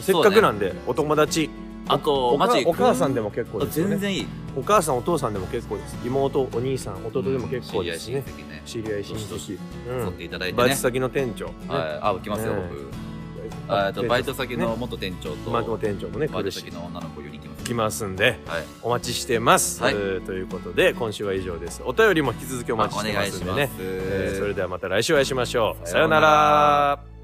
Speaker 2: せっかくなんで、お友達
Speaker 3: あと
Speaker 2: お母
Speaker 3: マジ
Speaker 2: お母さんでも結構
Speaker 3: あ
Speaker 2: ですよ
Speaker 3: 全
Speaker 2: ね
Speaker 3: 然いい
Speaker 2: お母さんお父さんでも結構です妹お兄さん弟でも結構です
Speaker 3: うん
Speaker 2: ね知
Speaker 3: 知、り合い親戚ね
Speaker 2: り合い親戚、
Speaker 3: 誘
Speaker 2: う
Speaker 3: っ
Speaker 2: ん
Speaker 3: ていただいて
Speaker 2: バイ
Speaker 3: ね
Speaker 2: ト先の店長、
Speaker 3: はいあ来ますよ
Speaker 2: ね
Speaker 3: 僕あえっとバイト先の元店長と
Speaker 2: マクも店長もね来
Speaker 3: バイト
Speaker 2: るし
Speaker 3: 先の女の子4人来ます
Speaker 2: 来ますんで
Speaker 3: はい
Speaker 2: お待ちしてます、
Speaker 3: はい
Speaker 2: えーということで今週は以上ですお便りも引き続きお待ちしてますんでね、
Speaker 3: お願いします
Speaker 2: えーそれではまた来週お会いしましょう
Speaker 3: さ
Speaker 2: さ
Speaker 3: よ
Speaker 2: よ
Speaker 3: う
Speaker 2: う
Speaker 3: なら
Speaker 2: なら